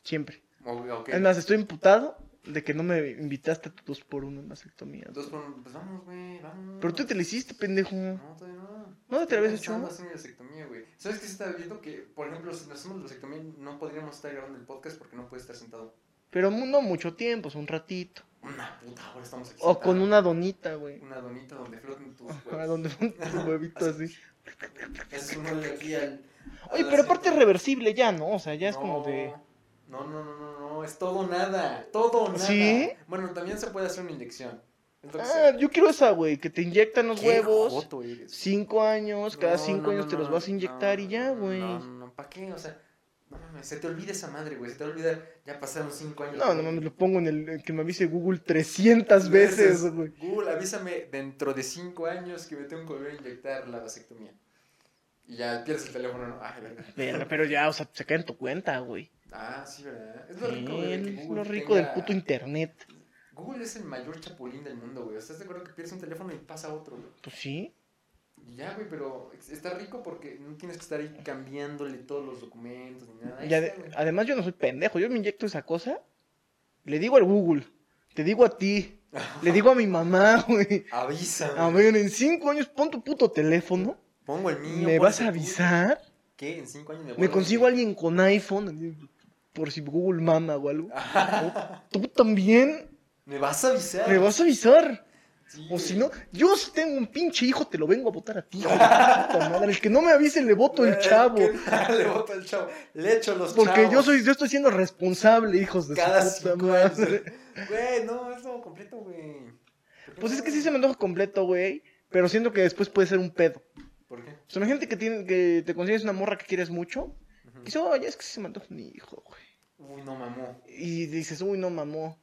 [SPEAKER 5] Siempre.
[SPEAKER 4] O, o qué?
[SPEAKER 5] Es más, estoy imputado de que no me invitaste a tu dos por uno en vasectomía.
[SPEAKER 4] Entonces, pues, pues vamos, güey, vamos.
[SPEAKER 5] Pero tú te lo hiciste, pendejo.
[SPEAKER 4] No, todavía no.
[SPEAKER 5] ¿No te lo habías
[SPEAKER 4] Estaba
[SPEAKER 5] hecho?
[SPEAKER 4] haciendo vasectomía, güey. ¿Sabes qué se está viendo? Que, por ejemplo, si nos hacemos la vasectomía, no podríamos estar grabando el podcast porque no puede estar sentado.
[SPEAKER 5] Pero mu- no mucho tiempo, es un ratito.
[SPEAKER 4] Una puta hora estamos aquí.
[SPEAKER 5] O con
[SPEAKER 4] sentados.
[SPEAKER 5] una donita, güey.
[SPEAKER 4] Una donita donde floten tus
[SPEAKER 5] Ajá,
[SPEAKER 4] huevos.
[SPEAKER 5] donde un tu huevito así.
[SPEAKER 4] Ese es uno de aquí al.
[SPEAKER 5] Oye,
[SPEAKER 4] al
[SPEAKER 5] pero aparte es
[SPEAKER 4] asiento.
[SPEAKER 5] reversible ya, ¿no? O sea, ya es como de.
[SPEAKER 4] No, no, no, no, no, es todo nada, todo nada.
[SPEAKER 5] ¿Sí?
[SPEAKER 4] Bueno, también se puede hacer una inyección. Es lo que
[SPEAKER 5] Ah, yo quiero esa, güey, que te inyectan los
[SPEAKER 4] sé.
[SPEAKER 5] huevos.
[SPEAKER 4] Qué joto eres.
[SPEAKER 5] Cinco años, cada
[SPEAKER 4] No,
[SPEAKER 5] cinco
[SPEAKER 4] no,
[SPEAKER 5] años
[SPEAKER 4] no,
[SPEAKER 5] te los
[SPEAKER 4] no,
[SPEAKER 5] vas a inyectar
[SPEAKER 4] no,
[SPEAKER 5] y ya,
[SPEAKER 4] no,
[SPEAKER 5] güey.
[SPEAKER 4] No, no, ¿para qué? O sea, no mames, se te olvida esa madre, güey, se te olvida, ya pasaron cinco años.
[SPEAKER 5] No, no
[SPEAKER 4] güey.
[SPEAKER 5] mames, lo pongo en el en que me avise Google 300 veces,
[SPEAKER 4] Veces.
[SPEAKER 5] güey.
[SPEAKER 4] Google, avísame dentro de cinco años que me tengo que volver a inyectar la vasectomía. Y ya pierdes el teléfono, ¿no? Ay, verdad.
[SPEAKER 5] Verga, Pero ya, o sea, se cae en tu cuenta, güey.
[SPEAKER 4] Ah, sí, ¿verdad? Es lo rico, güey, que
[SPEAKER 5] Es lo
[SPEAKER 4] Google
[SPEAKER 5] rico del
[SPEAKER 4] tenga-
[SPEAKER 5] puto internet.
[SPEAKER 4] Google es el mayor chapulín del mundo, güey. ¿Estás de acuerdo que pierdes un teléfono y pasa otro, güey?
[SPEAKER 5] Pues sí.
[SPEAKER 4] Y ya, güey, pero es- está rico porque no tienes que estar ahí cambiándole todos los documentos ni nada. Ahí
[SPEAKER 5] Y ade-
[SPEAKER 4] está, güey.
[SPEAKER 5] además yo no soy pendejo, yo me inyecto esa cosa, le digo al Google, te digo a ti, le digo a mi mamá, güey.
[SPEAKER 4] Avísame.
[SPEAKER 5] A ver, en cinco años pon tu puto teléfono,
[SPEAKER 4] Pongo el mío.
[SPEAKER 5] me
[SPEAKER 4] pongo
[SPEAKER 5] vas
[SPEAKER 4] el
[SPEAKER 5] a
[SPEAKER 4] tuyo.
[SPEAKER 5] avisar,
[SPEAKER 4] ¿Qué? En cinco años me
[SPEAKER 5] me
[SPEAKER 4] vuelvo
[SPEAKER 5] consigo a
[SPEAKER 4] a-
[SPEAKER 5] alguien con iPhone, por si Google mama o algo.
[SPEAKER 4] Ajá.
[SPEAKER 5] Tú también
[SPEAKER 4] Me vas a avisar.
[SPEAKER 5] me vas a avisar.
[SPEAKER 4] Sí,
[SPEAKER 5] O si
[SPEAKER 4] güey.
[SPEAKER 5] no, yo si tengo un pinche hijo, te lo vengo a votar a ti. hijo de tu puta madre. El que no me avise le voto el
[SPEAKER 4] Eh,
[SPEAKER 5] chavo.
[SPEAKER 4] ¿qué tal? Le voto al chavo. Le echo los
[SPEAKER 5] Porque yo
[SPEAKER 4] chavos.
[SPEAKER 5] soy, yo estoy siendo responsable, hijos de su
[SPEAKER 4] Cada
[SPEAKER 5] puta
[SPEAKER 4] cinco años. eh.
[SPEAKER 5] madre.
[SPEAKER 4] Güey, no, es todo completo, güey. ¿Por qué
[SPEAKER 5] Pues es
[SPEAKER 4] no?
[SPEAKER 5] que sí se me antoja completo, güey. Pero siento que después puede ser un pedo.
[SPEAKER 4] ¿Por qué?
[SPEAKER 5] O sea, imagínate que, tiene, que te consigues una morra que quieres mucho. Y dices, oye, es que sí se me antoja mi hijo, güey.
[SPEAKER 4] Uy, no mamó.
[SPEAKER 5] Y dices, uy, no mamó.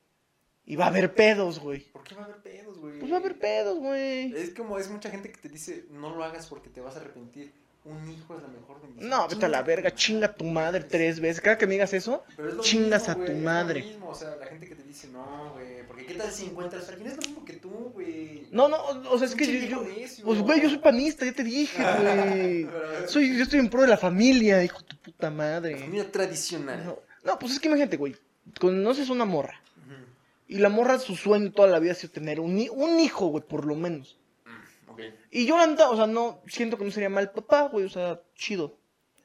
[SPEAKER 5] Y va a haber pedos, güey.
[SPEAKER 4] ¿Por qué va a haber pedos, güey?
[SPEAKER 5] Pues va a haber pedos, güey.
[SPEAKER 4] Es como, es mucha gente que te dice, no lo hagas porque te vas a arrepentir. Un hijo es la mejor bendición.
[SPEAKER 5] No, vete a la verga, chinga a tu madre tres veces. Cada que me digas eso,
[SPEAKER 4] Pero es lo
[SPEAKER 5] chingas a
[SPEAKER 4] güey,
[SPEAKER 5] tu
[SPEAKER 4] es lo
[SPEAKER 5] madre.
[SPEAKER 4] mismo, o sea, la gente que te dice, no, güey, porque qué tal si encuentras a alguien, es lo mismo que tú, güey.
[SPEAKER 5] no, no, o o sea, es que
[SPEAKER 4] Pinche
[SPEAKER 5] yo, yo-
[SPEAKER 4] viejo necio.
[SPEAKER 5] pues güey, yo soy panista, ya te dije, güey.
[SPEAKER 4] Pero- eh,
[SPEAKER 5] Soy, yo estoy en pro de la familia, hijo de tu puta
[SPEAKER 4] La
[SPEAKER 5] madre.
[SPEAKER 4] familia tradicional.
[SPEAKER 5] No, no, pues es que imagínate, güey, conoces una morra.
[SPEAKER 4] Ujú.
[SPEAKER 5] Y la morra, su sueño toda la vida ha sido tener un, hi- un hijo, güey, por lo menos.
[SPEAKER 4] Mm, Ok,
[SPEAKER 5] Y yo, la neta, o sea, no, siento que no sería mal papá, güey, o sea, chido.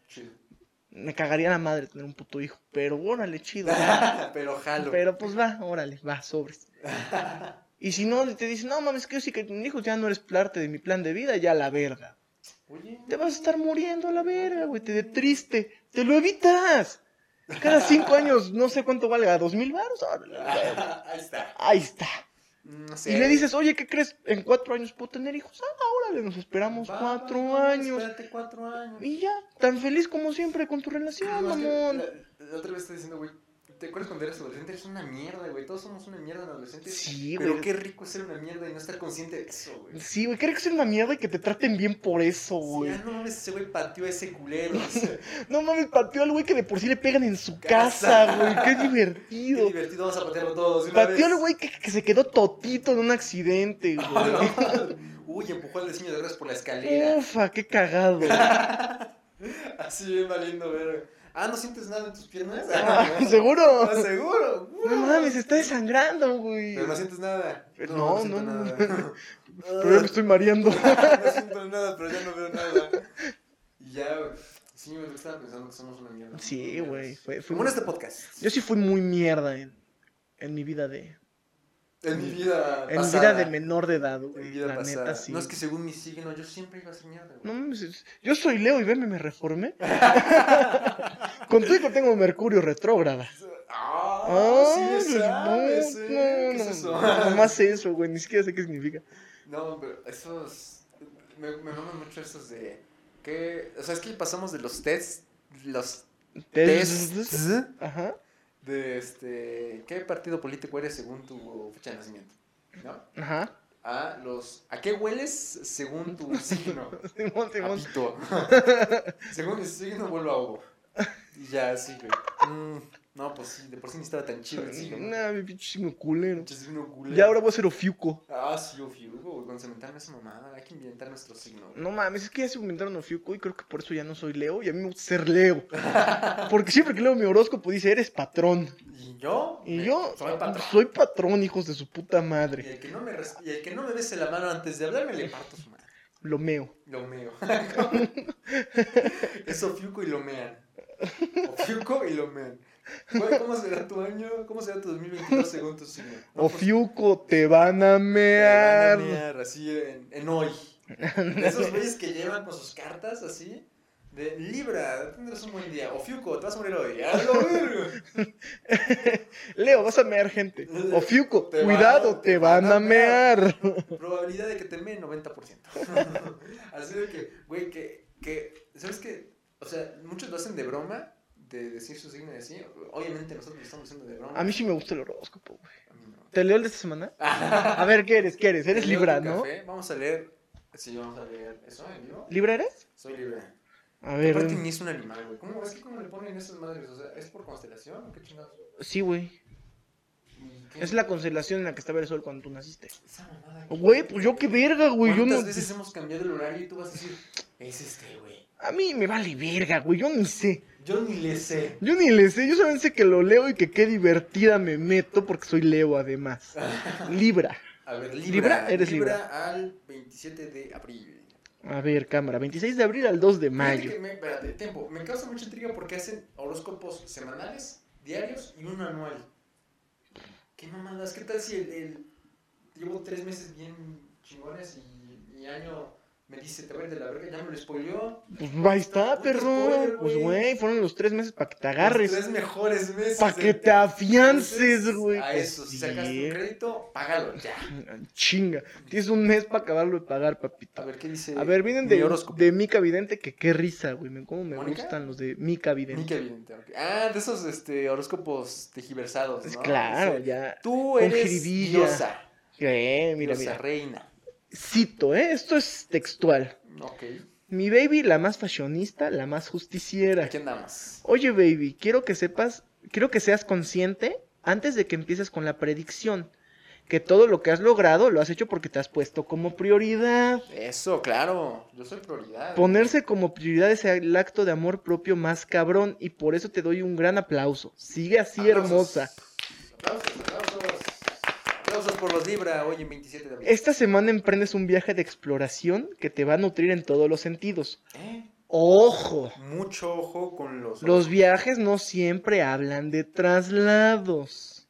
[SPEAKER 4] chido.
[SPEAKER 5] Me cagaría la madre tener un puto hijo, pero órale, chido.
[SPEAKER 4] Ah, Pero jalo.
[SPEAKER 5] pero pues va, órale, va, sobres. Y si no, te dicen, no mames, que yo sí que un hijo ya no eres parte de mi plan de vida, ya la verga.
[SPEAKER 4] Oye,
[SPEAKER 5] Te vas a estar muriendo a la verga, güey, te de triste, te lo evitas. Cada cinco años, no sé cuánto valga, dos mil baros, órale. güey.
[SPEAKER 4] ahí está.
[SPEAKER 5] Ahí está.
[SPEAKER 4] No sé.
[SPEAKER 5] Y le dices, oye, ¿qué crees? En cuatro años puedo tener hijos. Ah, órale, nos esperamos
[SPEAKER 4] Va,
[SPEAKER 5] cuatro
[SPEAKER 4] va, va,
[SPEAKER 5] años.
[SPEAKER 4] Espérate cuatro años.
[SPEAKER 5] Y ya, tan feliz como siempre con tu relación,
[SPEAKER 4] No, es que
[SPEAKER 5] mamón.
[SPEAKER 4] la, la otra vez estaba diciendo, güey, ¿te acuerdas cuando eras adolescente? Eres una mierda, güey. Todos somos una mierda en adolescentes.
[SPEAKER 5] Sí,
[SPEAKER 4] Pero
[SPEAKER 5] güey.
[SPEAKER 4] qué rico es ser una mierda y no estar consciente de eso, güey.
[SPEAKER 5] Sí, güey, creo que es una mierda y que te traten bien por eso, güey.
[SPEAKER 4] Sí, ah, no mames, ese güey pateó a ese culero. o sea,
[SPEAKER 5] No mames, pateó al güey que de por sí le pegan en su
[SPEAKER 4] Casa.
[SPEAKER 5] casa, güey. Qué
[SPEAKER 4] qué
[SPEAKER 5] divertido.
[SPEAKER 4] divertido, vamos a patearlo todos. de una
[SPEAKER 5] Pateó al
[SPEAKER 4] vez.
[SPEAKER 5] güey que, que se quedó totito en un accidente,
[SPEAKER 4] Oh,
[SPEAKER 5] güey.
[SPEAKER 4] la madre. Uy, empujó al de de horas por la escalera.
[SPEAKER 5] Ufa, qué cagado.
[SPEAKER 4] Así bien valiendo, ver. Ah, ¿no sientes nada en tus piernas?
[SPEAKER 5] Ah, ¿Seguro?
[SPEAKER 4] Ah, seguro.
[SPEAKER 5] No mames, se está desangrando, güey.
[SPEAKER 4] Pero no sientes nada.
[SPEAKER 5] Pero Eh, no,
[SPEAKER 4] siento
[SPEAKER 5] no, no.
[SPEAKER 4] nada.
[SPEAKER 5] Pero ya me estoy mareando.
[SPEAKER 4] no siento nada, pero ya no veo nada. Y ya, güey. Sí, me estaba pensando que somos una mierda.
[SPEAKER 5] Sí, güey. fue- fue-
[SPEAKER 4] Como en este podcast.
[SPEAKER 5] Yo sí fui muy mierda en, en mi vida de.
[SPEAKER 4] En mi vida
[SPEAKER 5] En mi
[SPEAKER 4] pasada.
[SPEAKER 5] vida de menor de edad, güey.
[SPEAKER 4] En mi vida
[SPEAKER 5] la
[SPEAKER 4] pasada.
[SPEAKER 5] neta, sí.
[SPEAKER 4] No es que según mi signo, yo siempre iba a ser mierda,
[SPEAKER 5] No
[SPEAKER 4] güey.
[SPEAKER 5] mames, es- yo soy Leo y veme, me reformé. Con tu hijo tengo Mercurio retrógrada.
[SPEAKER 4] Ah,
[SPEAKER 5] Ah,
[SPEAKER 4] sí le
[SPEAKER 5] pues,
[SPEAKER 4] sabes,
[SPEAKER 5] no,
[SPEAKER 4] eh.
[SPEAKER 5] no,
[SPEAKER 4] ¿Qué es
[SPEAKER 5] no,
[SPEAKER 4] eso?
[SPEAKER 5] Nomás eso, güey, ni siquiera sé qué significa.
[SPEAKER 4] No, pero esos. Me, me maman mucho esos de. ¿Qué? O sea, es que pasamos de los tests. Los tests.
[SPEAKER 5] Ajá.
[SPEAKER 4] De este. ¿Qué partido político eres según tu fecha de nacimiento? ¿No?
[SPEAKER 5] Ajá.
[SPEAKER 4] A los. ¿A qué hueles según tu signo?
[SPEAKER 5] Simón,
[SPEAKER 4] A
[SPEAKER 5] Simón.
[SPEAKER 4] pito. según mi signo, vuelvo a ovo. Y ya, sí, güey. Mm, no, pues sí, de por sí ni estaba tan chido el signo.
[SPEAKER 5] Nah, mi pinche signo culero.
[SPEAKER 4] Pinche signo culero.
[SPEAKER 5] Ya ahora voy a ser Ofiuco.
[SPEAKER 4] Ah, sí, Ofiuco, güey, con cementarme esa mamada. Hay que inventar nuestro signo, güey.
[SPEAKER 5] No mames, es que ya se inventaron Ofiuco y creo que por eso ya no soy Leo y a mí me gusta ser Leo. Porque siempre que leo mi horóscopo dice, eres patrón.
[SPEAKER 4] Y yo.
[SPEAKER 5] Y
[SPEAKER 4] me-
[SPEAKER 5] yo
[SPEAKER 4] Soy patrón.
[SPEAKER 5] soy patrón, hijos de su puta
[SPEAKER 4] Y
[SPEAKER 5] madre.
[SPEAKER 4] el, que no me res- y el que no me bese la mano antes de hablarme le parto su madre.
[SPEAKER 5] Lo meo.
[SPEAKER 4] Lo meo. es Ofiuco y lo mean. Ofiuco y lo mean. Güey, ¿cómo será tu año? ¿Cómo será tu 2022 según tu signo? No, pues,
[SPEAKER 5] Ofiuco, te
[SPEAKER 4] te van
[SPEAKER 5] van a
[SPEAKER 4] a
[SPEAKER 5] mear.
[SPEAKER 4] mear, así en, en hoy. De esos güeyes que llevan con sus cartas así. De Libra, tendrás un buen día. Ofiuco, te vas a morir hoy. ¡A la verga!
[SPEAKER 5] Leo, vas a mear gente. Ofiuco,
[SPEAKER 4] Te van-
[SPEAKER 5] cuidado, te van a mear.
[SPEAKER 4] Probabilidad de que te meen 90%. Así de que, güey, que, que, ¿sabes qué? O sea, muchos lo hacen de broma, de decir su signo y así. Obviamente nosotros lo estamos haciendo de broma.
[SPEAKER 5] A mí sí me gusta el horóscopo, güey.
[SPEAKER 4] A mí no.
[SPEAKER 5] ¿Te leo el de esta semana? A ver, ¿qué eres? ¿Qué eres? Eres
[SPEAKER 4] Leo
[SPEAKER 5] Libra,
[SPEAKER 4] tu
[SPEAKER 5] ¿no?
[SPEAKER 4] café. Vamos a leer. Sí, vamos a leer. ¿Eso en vivo?
[SPEAKER 5] ¿Libra eres?
[SPEAKER 4] Soy Libra.
[SPEAKER 5] A ver.
[SPEAKER 4] Aparte ni es un animal, güey. ¿Cómo es que cómo le ponen esas madres? O sea, ¿es por constelación o qué chingados?
[SPEAKER 5] Sí, güey.
[SPEAKER 4] ¿Y qué?
[SPEAKER 5] Es la constelación en la que estaba el sol cuando tú naciste.
[SPEAKER 4] Esa mamada.
[SPEAKER 5] Güey, pues yo qué verga, güey. Yo
[SPEAKER 4] ¿Cuántas
[SPEAKER 5] no.
[SPEAKER 4] veces hemos cambiado el horario y tú vas a decir, es este, güey?
[SPEAKER 5] A mí me vale verga, güey. Yo ni sé.
[SPEAKER 4] Yo ni le sé.
[SPEAKER 5] Yo ni le sé. Yo solamente sé que lo leo y que qué divertida me meto porque soy Leo además. Libra.
[SPEAKER 4] A ver, Libra.
[SPEAKER 5] Libra, eres
[SPEAKER 4] al 27 de abril.
[SPEAKER 5] A ver, cámara. 26 de abril al 2 de
[SPEAKER 4] Fíjate
[SPEAKER 5] mayo.
[SPEAKER 4] que me- espérate, tiempo. Me causa mucha intriga porque hacen horóscopos semanales, diarios y uno anual. ¿Qué mamadas? ¿Qué tal si el, el- llevo tres meses bien chingones y mi año me dice te voy a ir de la verga? Ya me lo spoileó.
[SPEAKER 5] Pues ahí está,
[SPEAKER 4] Puta spoiler,
[SPEAKER 5] perro. Pues,
[SPEAKER 4] güey.
[SPEAKER 5] güey, fueron los tres meses para que te
[SPEAKER 4] Los
[SPEAKER 5] agarres.
[SPEAKER 4] tres mejores meses.
[SPEAKER 5] Para que
[SPEAKER 4] del-
[SPEAKER 5] te afiances, güey.
[SPEAKER 4] A eso, si sacaste un
[SPEAKER 5] Sí.
[SPEAKER 4] crédito, págalo ya.
[SPEAKER 5] Chinga. Tienes un mes para acabarlo de pagar, papito.
[SPEAKER 4] A ver, ¿qué dice?
[SPEAKER 5] A ver, vienen
[SPEAKER 4] mi
[SPEAKER 5] de,
[SPEAKER 4] horóscopo?
[SPEAKER 5] de Mica Vidente, que qué risa, güey. me- Cómo me
[SPEAKER 4] ¿Mónica?
[SPEAKER 5] gustan los de Mica Vidente.
[SPEAKER 4] Mica Vidente, ok. Ah, de esos este, horóscopos tejiversados,
[SPEAKER 5] Es
[SPEAKER 4] ¿no?
[SPEAKER 5] Pues, claro,
[SPEAKER 4] Dice,
[SPEAKER 5] ya.
[SPEAKER 4] Tú
[SPEAKER 5] con
[SPEAKER 4] eres
[SPEAKER 5] jiribilla.
[SPEAKER 4] diosa,
[SPEAKER 5] Eh, mira,
[SPEAKER 4] diosa
[SPEAKER 5] mira.
[SPEAKER 4] reina.
[SPEAKER 5] Cito, ¿eh? Esto es textual.
[SPEAKER 4] Ok,
[SPEAKER 5] Mi baby, la más fashionista, la más justiciera.
[SPEAKER 4] aquí andamos.
[SPEAKER 5] Oye, baby, quiero que sepas, quiero que seas consciente antes de que empieces con la predicción. Que todo lo que has logrado lo has hecho porque te has puesto como prioridad.
[SPEAKER 4] Eso, claro, yo soy prioridad.
[SPEAKER 5] Ponerse como prioridad es el acto de amor propio más cabrón y por eso te doy un gran aplauso. Sigue así,
[SPEAKER 4] Aplausos.
[SPEAKER 5] hermosa.
[SPEAKER 4] Aplausos, aplausos. Aplausos por los Libra, hoy en 27 de abril.
[SPEAKER 5] Esta semana emprendes un viaje de exploración que te va a nutrir en todos los sentidos.
[SPEAKER 4] ¿Eh?
[SPEAKER 5] ¡Ojo!
[SPEAKER 4] Mucho ojo con los...
[SPEAKER 5] Los viajes no siempre hablan de traslados.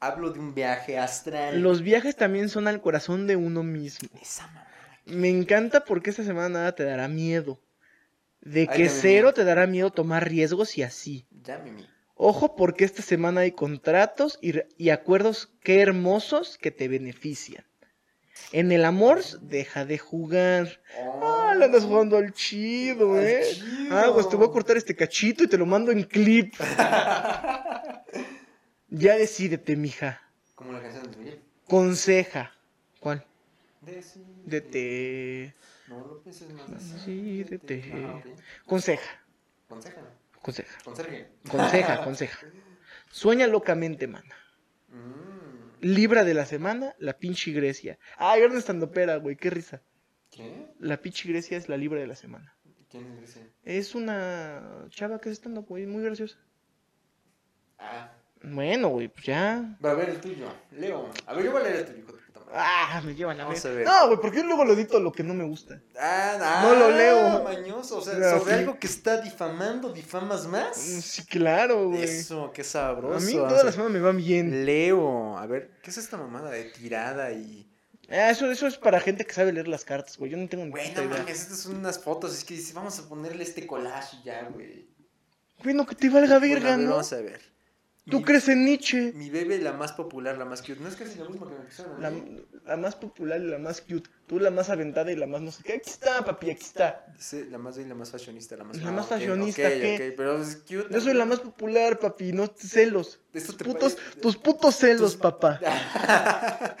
[SPEAKER 4] Hablo de un viaje astral.
[SPEAKER 5] Los viajes también son al corazón de uno mismo.
[SPEAKER 4] Esa mamada.
[SPEAKER 5] Me encanta porque esta semana nada te dará miedo. De
[SPEAKER 4] Ay,
[SPEAKER 5] que
[SPEAKER 4] ya me
[SPEAKER 5] cero
[SPEAKER 4] miedo.
[SPEAKER 5] te dará miedo tomar riesgos y así.
[SPEAKER 4] Ya, Mimi.
[SPEAKER 5] Ojo porque esta semana hay contratos y, re- y acuerdos qué hermosos que te benefician. En el amor, deja de jugar. Ah, le andas jugando al chido,
[SPEAKER 4] Al
[SPEAKER 5] eh.
[SPEAKER 4] Oh, chido.
[SPEAKER 5] Ah, pues te voy a cortar este cachito y te lo mando en clip. ya decídete, mija.
[SPEAKER 4] Como la canción de Miguel.
[SPEAKER 5] Conseja. ¿Cuál?
[SPEAKER 4] Decídete.
[SPEAKER 5] Dete.
[SPEAKER 4] No lo pienses más.
[SPEAKER 5] Decídete.
[SPEAKER 4] Ajá, ok.
[SPEAKER 5] Conseja.
[SPEAKER 4] Conséjalo.
[SPEAKER 5] Conseja.
[SPEAKER 4] Conserje.
[SPEAKER 5] Conseja, conseja. Sueña locamente, mana.
[SPEAKER 4] Mm,
[SPEAKER 5] Libra de la semana, la pinche Grecia. Ay, ahora estando pera, güey, qué risa.
[SPEAKER 4] ¿Qué?
[SPEAKER 5] La pinche Grecia es la libra de la semana.
[SPEAKER 4] ¿Quién es Grecia?
[SPEAKER 5] Es una chava que es estando, güey, muy graciosa.
[SPEAKER 4] Ah.
[SPEAKER 5] Bueno, güey, pues ya.
[SPEAKER 4] Va a ver el tuyo. Leo. A ver, yo voy a leer el tuyo, hijo de puta madre.
[SPEAKER 5] Ah, me lleva la
[SPEAKER 4] Vamos
[SPEAKER 5] verga.
[SPEAKER 4] a ver.
[SPEAKER 5] No, güey, porque yo luego lo edito lo que no me gusta.
[SPEAKER 4] Ah,
[SPEAKER 5] No lo leo.
[SPEAKER 4] Mañoso, o sea,
[SPEAKER 5] Pero
[SPEAKER 4] sobre
[SPEAKER 5] sí.
[SPEAKER 4] algo que está difamando, difamas más.
[SPEAKER 5] Mm, Sí, claro, güey.
[SPEAKER 4] Eso, qué sabroso.
[SPEAKER 5] A mí
[SPEAKER 4] Vamos
[SPEAKER 5] todas
[SPEAKER 4] a
[SPEAKER 5] las semanas me van bien.
[SPEAKER 4] ver. Leo, a ver, ¿qué es esta mamada de tirada y.
[SPEAKER 5] Ah, eso, eso es para gente que sabe leer las cartas, güey. Yo no tengo ni
[SPEAKER 4] Güey,
[SPEAKER 5] puta
[SPEAKER 4] no
[SPEAKER 5] idea.
[SPEAKER 4] mames, estas son unas fotos, es que dice, vamos a ponerle este collage y ya, güey.
[SPEAKER 5] Güey, no que te valga
[SPEAKER 4] Bueno, a
[SPEAKER 5] verga,
[SPEAKER 4] ver,
[SPEAKER 5] ¿no?
[SPEAKER 4] Vamos a ver.
[SPEAKER 5] Tú
[SPEAKER 4] Mi-
[SPEAKER 5] crees en Nietzsche.
[SPEAKER 4] Mi bebé, la más popular, la más cute. No es casi la misma que me pusieron.
[SPEAKER 5] La,
[SPEAKER 4] ¿eh?
[SPEAKER 5] la más popular y la más cute. Tú la más aventada y la más no sé qué. Aquí está, papi, aquí está.
[SPEAKER 4] Dice la más gay, la más fashionista, la más... ah,
[SPEAKER 5] La más
[SPEAKER 4] ok,
[SPEAKER 5] fashionista,
[SPEAKER 4] ok,
[SPEAKER 5] ¿qué?
[SPEAKER 4] ok, pero es cute.
[SPEAKER 5] Yo soy la más popular, papi. No te- celos.
[SPEAKER 4] Esto te
[SPEAKER 5] Putos, pues,
[SPEAKER 4] parece-
[SPEAKER 5] tus putos celos, papá.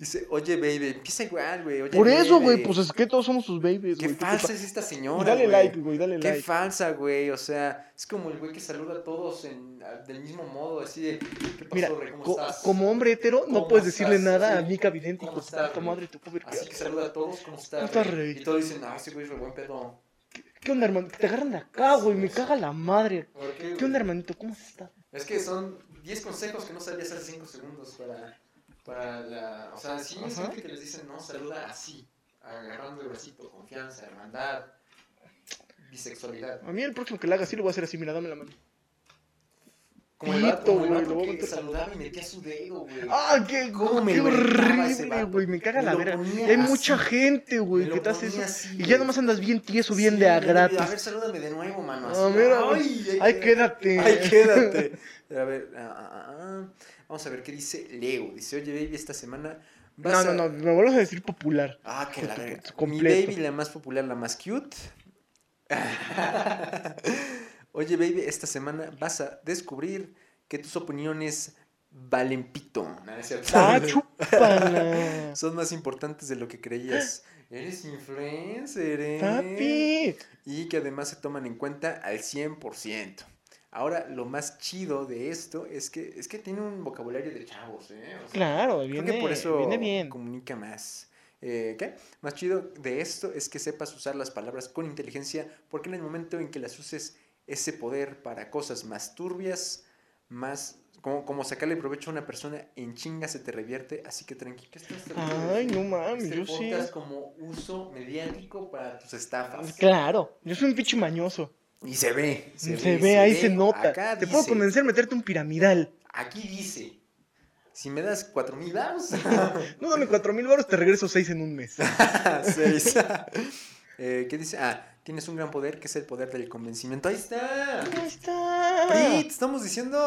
[SPEAKER 4] Dice, oye, baby, empieza igual, güey. oye,
[SPEAKER 5] Por eso, güey,
[SPEAKER 4] baby".
[SPEAKER 5] pues es que todos somos sus babies,
[SPEAKER 4] eh. Qué
[SPEAKER 5] güey. ¿Qué
[SPEAKER 4] falsa
[SPEAKER 5] culpa?
[SPEAKER 4] es esta
[SPEAKER 5] Y
[SPEAKER 4] señora,
[SPEAKER 5] dale
[SPEAKER 4] güey.
[SPEAKER 5] like, güey, dale
[SPEAKER 4] Qué
[SPEAKER 5] like.
[SPEAKER 4] falsa, güey. O sea, es como el güey que saluda a todos en- a- del mismo modo, así de... ¿Qué pasó,
[SPEAKER 5] Mira,
[SPEAKER 4] rey? ¿Cómo
[SPEAKER 5] co-
[SPEAKER 4] estás?
[SPEAKER 5] como hombre hetero, no
[SPEAKER 4] ¿Cómo
[SPEAKER 5] puedes decirle
[SPEAKER 4] estás?
[SPEAKER 5] nada a
[SPEAKER 4] Sí.
[SPEAKER 5] Mika Vidente,
[SPEAKER 4] ¿Cómo
[SPEAKER 5] hijo de tu
[SPEAKER 4] estás,
[SPEAKER 5] puta
[SPEAKER 4] güey?
[SPEAKER 5] madre, tu pobre
[SPEAKER 4] Así que
[SPEAKER 5] perro.
[SPEAKER 4] saluda a todos, ¿cómo estás?
[SPEAKER 5] ¿Cómo estás,
[SPEAKER 4] güey?
[SPEAKER 5] rey?
[SPEAKER 4] Y todos dicen, ah, ese güey es re buen pedo.
[SPEAKER 5] ¿Qué onda, hermano? Que te agarran de acá, güey, me caga la madre.
[SPEAKER 4] ¿Por qué,
[SPEAKER 5] ¿Qué
[SPEAKER 4] güey?
[SPEAKER 5] onda, hermanito? ¿Cómo has estado?
[SPEAKER 4] Es que son 10 consejos que no sabías hace 5 segundos para, para la... O sea, sí es
[SPEAKER 5] Ajá.
[SPEAKER 4] gente que les dicen, no, saluda así, agarrando el bracito, confianza, hermandad, bisexualidad.
[SPEAKER 5] A mí el próximo que la haga así lo voy a hacer así, mira, dame la mano.
[SPEAKER 4] Como el
[SPEAKER 5] Pito,
[SPEAKER 4] vato, como el
[SPEAKER 5] güey,
[SPEAKER 4] vato
[SPEAKER 5] lo voy a
[SPEAKER 4] que
[SPEAKER 5] meter.
[SPEAKER 4] saludaba y metía su dedo, güey.
[SPEAKER 5] ¡Ah, qué,
[SPEAKER 4] ¿Cómo me
[SPEAKER 5] qué
[SPEAKER 4] lo irritaba ese
[SPEAKER 5] horrible,
[SPEAKER 4] vato?
[SPEAKER 5] güey! Me caga
[SPEAKER 4] Me
[SPEAKER 5] la
[SPEAKER 4] lo
[SPEAKER 5] vera. Y
[SPEAKER 4] ponía
[SPEAKER 5] hay
[SPEAKER 4] así.
[SPEAKER 5] mucha gente,
[SPEAKER 4] Me
[SPEAKER 5] güey,
[SPEAKER 4] lo
[SPEAKER 5] que te hace eso.
[SPEAKER 4] ponía así,
[SPEAKER 5] Y ya
[SPEAKER 4] güey.
[SPEAKER 5] nomás andas bien tieso, bien
[SPEAKER 4] Sí,
[SPEAKER 5] de a
[SPEAKER 4] güey, A
[SPEAKER 5] gratis.
[SPEAKER 4] ver, salúdame de nuevo, mano.
[SPEAKER 5] Ah,
[SPEAKER 4] así.
[SPEAKER 5] mira,
[SPEAKER 4] Ay,
[SPEAKER 5] Ay, quédate.
[SPEAKER 4] Ay, quédate. A ver, ah, ah, ah, ah. vamos a ver qué dice Leo. Dice, oye, baby, esta semana... vas
[SPEAKER 5] No,
[SPEAKER 4] a-
[SPEAKER 5] no, no, me vuelves a decir popular.
[SPEAKER 4] Ah, que
[SPEAKER 5] Con
[SPEAKER 4] la
[SPEAKER 5] tu-
[SPEAKER 4] verga.
[SPEAKER 5] tu
[SPEAKER 4] Mi
[SPEAKER 5] completo.
[SPEAKER 4] baby, la más popular, la más cute. Oye, baby, esta semana vas a descubrir que tus opiniones valen pito. No, no es cierto.
[SPEAKER 5] ¡Ah, chúpala!
[SPEAKER 4] Son más importantes de lo que creías. Eres influencer, ¿eh?
[SPEAKER 5] ¡Papi!
[SPEAKER 4] Y que además se toman en cuenta al 100%. Ahora, lo más chido de esto es que, es que tiene un vocabulario de chavos, ¿eh? O sea,
[SPEAKER 5] Claro, viene,
[SPEAKER 4] Creo que por eso
[SPEAKER 5] viene bien.
[SPEAKER 4] comunica más. Eh, ¿Qué? Más chido de esto es que sepas usar las palabras con inteligencia, porque en el momento en que las uses, ese poder para cosas más turbias, más. Como, como sacarle provecho a una persona en chinga se te revierte, así que este tranquilo.
[SPEAKER 5] Ay, no mames, yo sí.
[SPEAKER 4] como uso mediático para tus estafas.
[SPEAKER 5] Claro, yo soy un pinche mañoso.
[SPEAKER 4] Y se ve.
[SPEAKER 5] Se, ve, ahí se nota.
[SPEAKER 4] Acá
[SPEAKER 5] Te puedo
[SPEAKER 4] dice,
[SPEAKER 5] convencer a meterte un piramidal.
[SPEAKER 4] Aquí dice: si me das cuatro mil dados.
[SPEAKER 5] No dame cuatro mil baros, te regreso seis en un mes.
[SPEAKER 4] Seis. Eh, ¿Qué dice? Ah, tienes un gran poder que es el poder del convencimiento. ¡Ahí está!
[SPEAKER 5] Ahí está.
[SPEAKER 4] ¡Prit! ¡Estamos diciendo!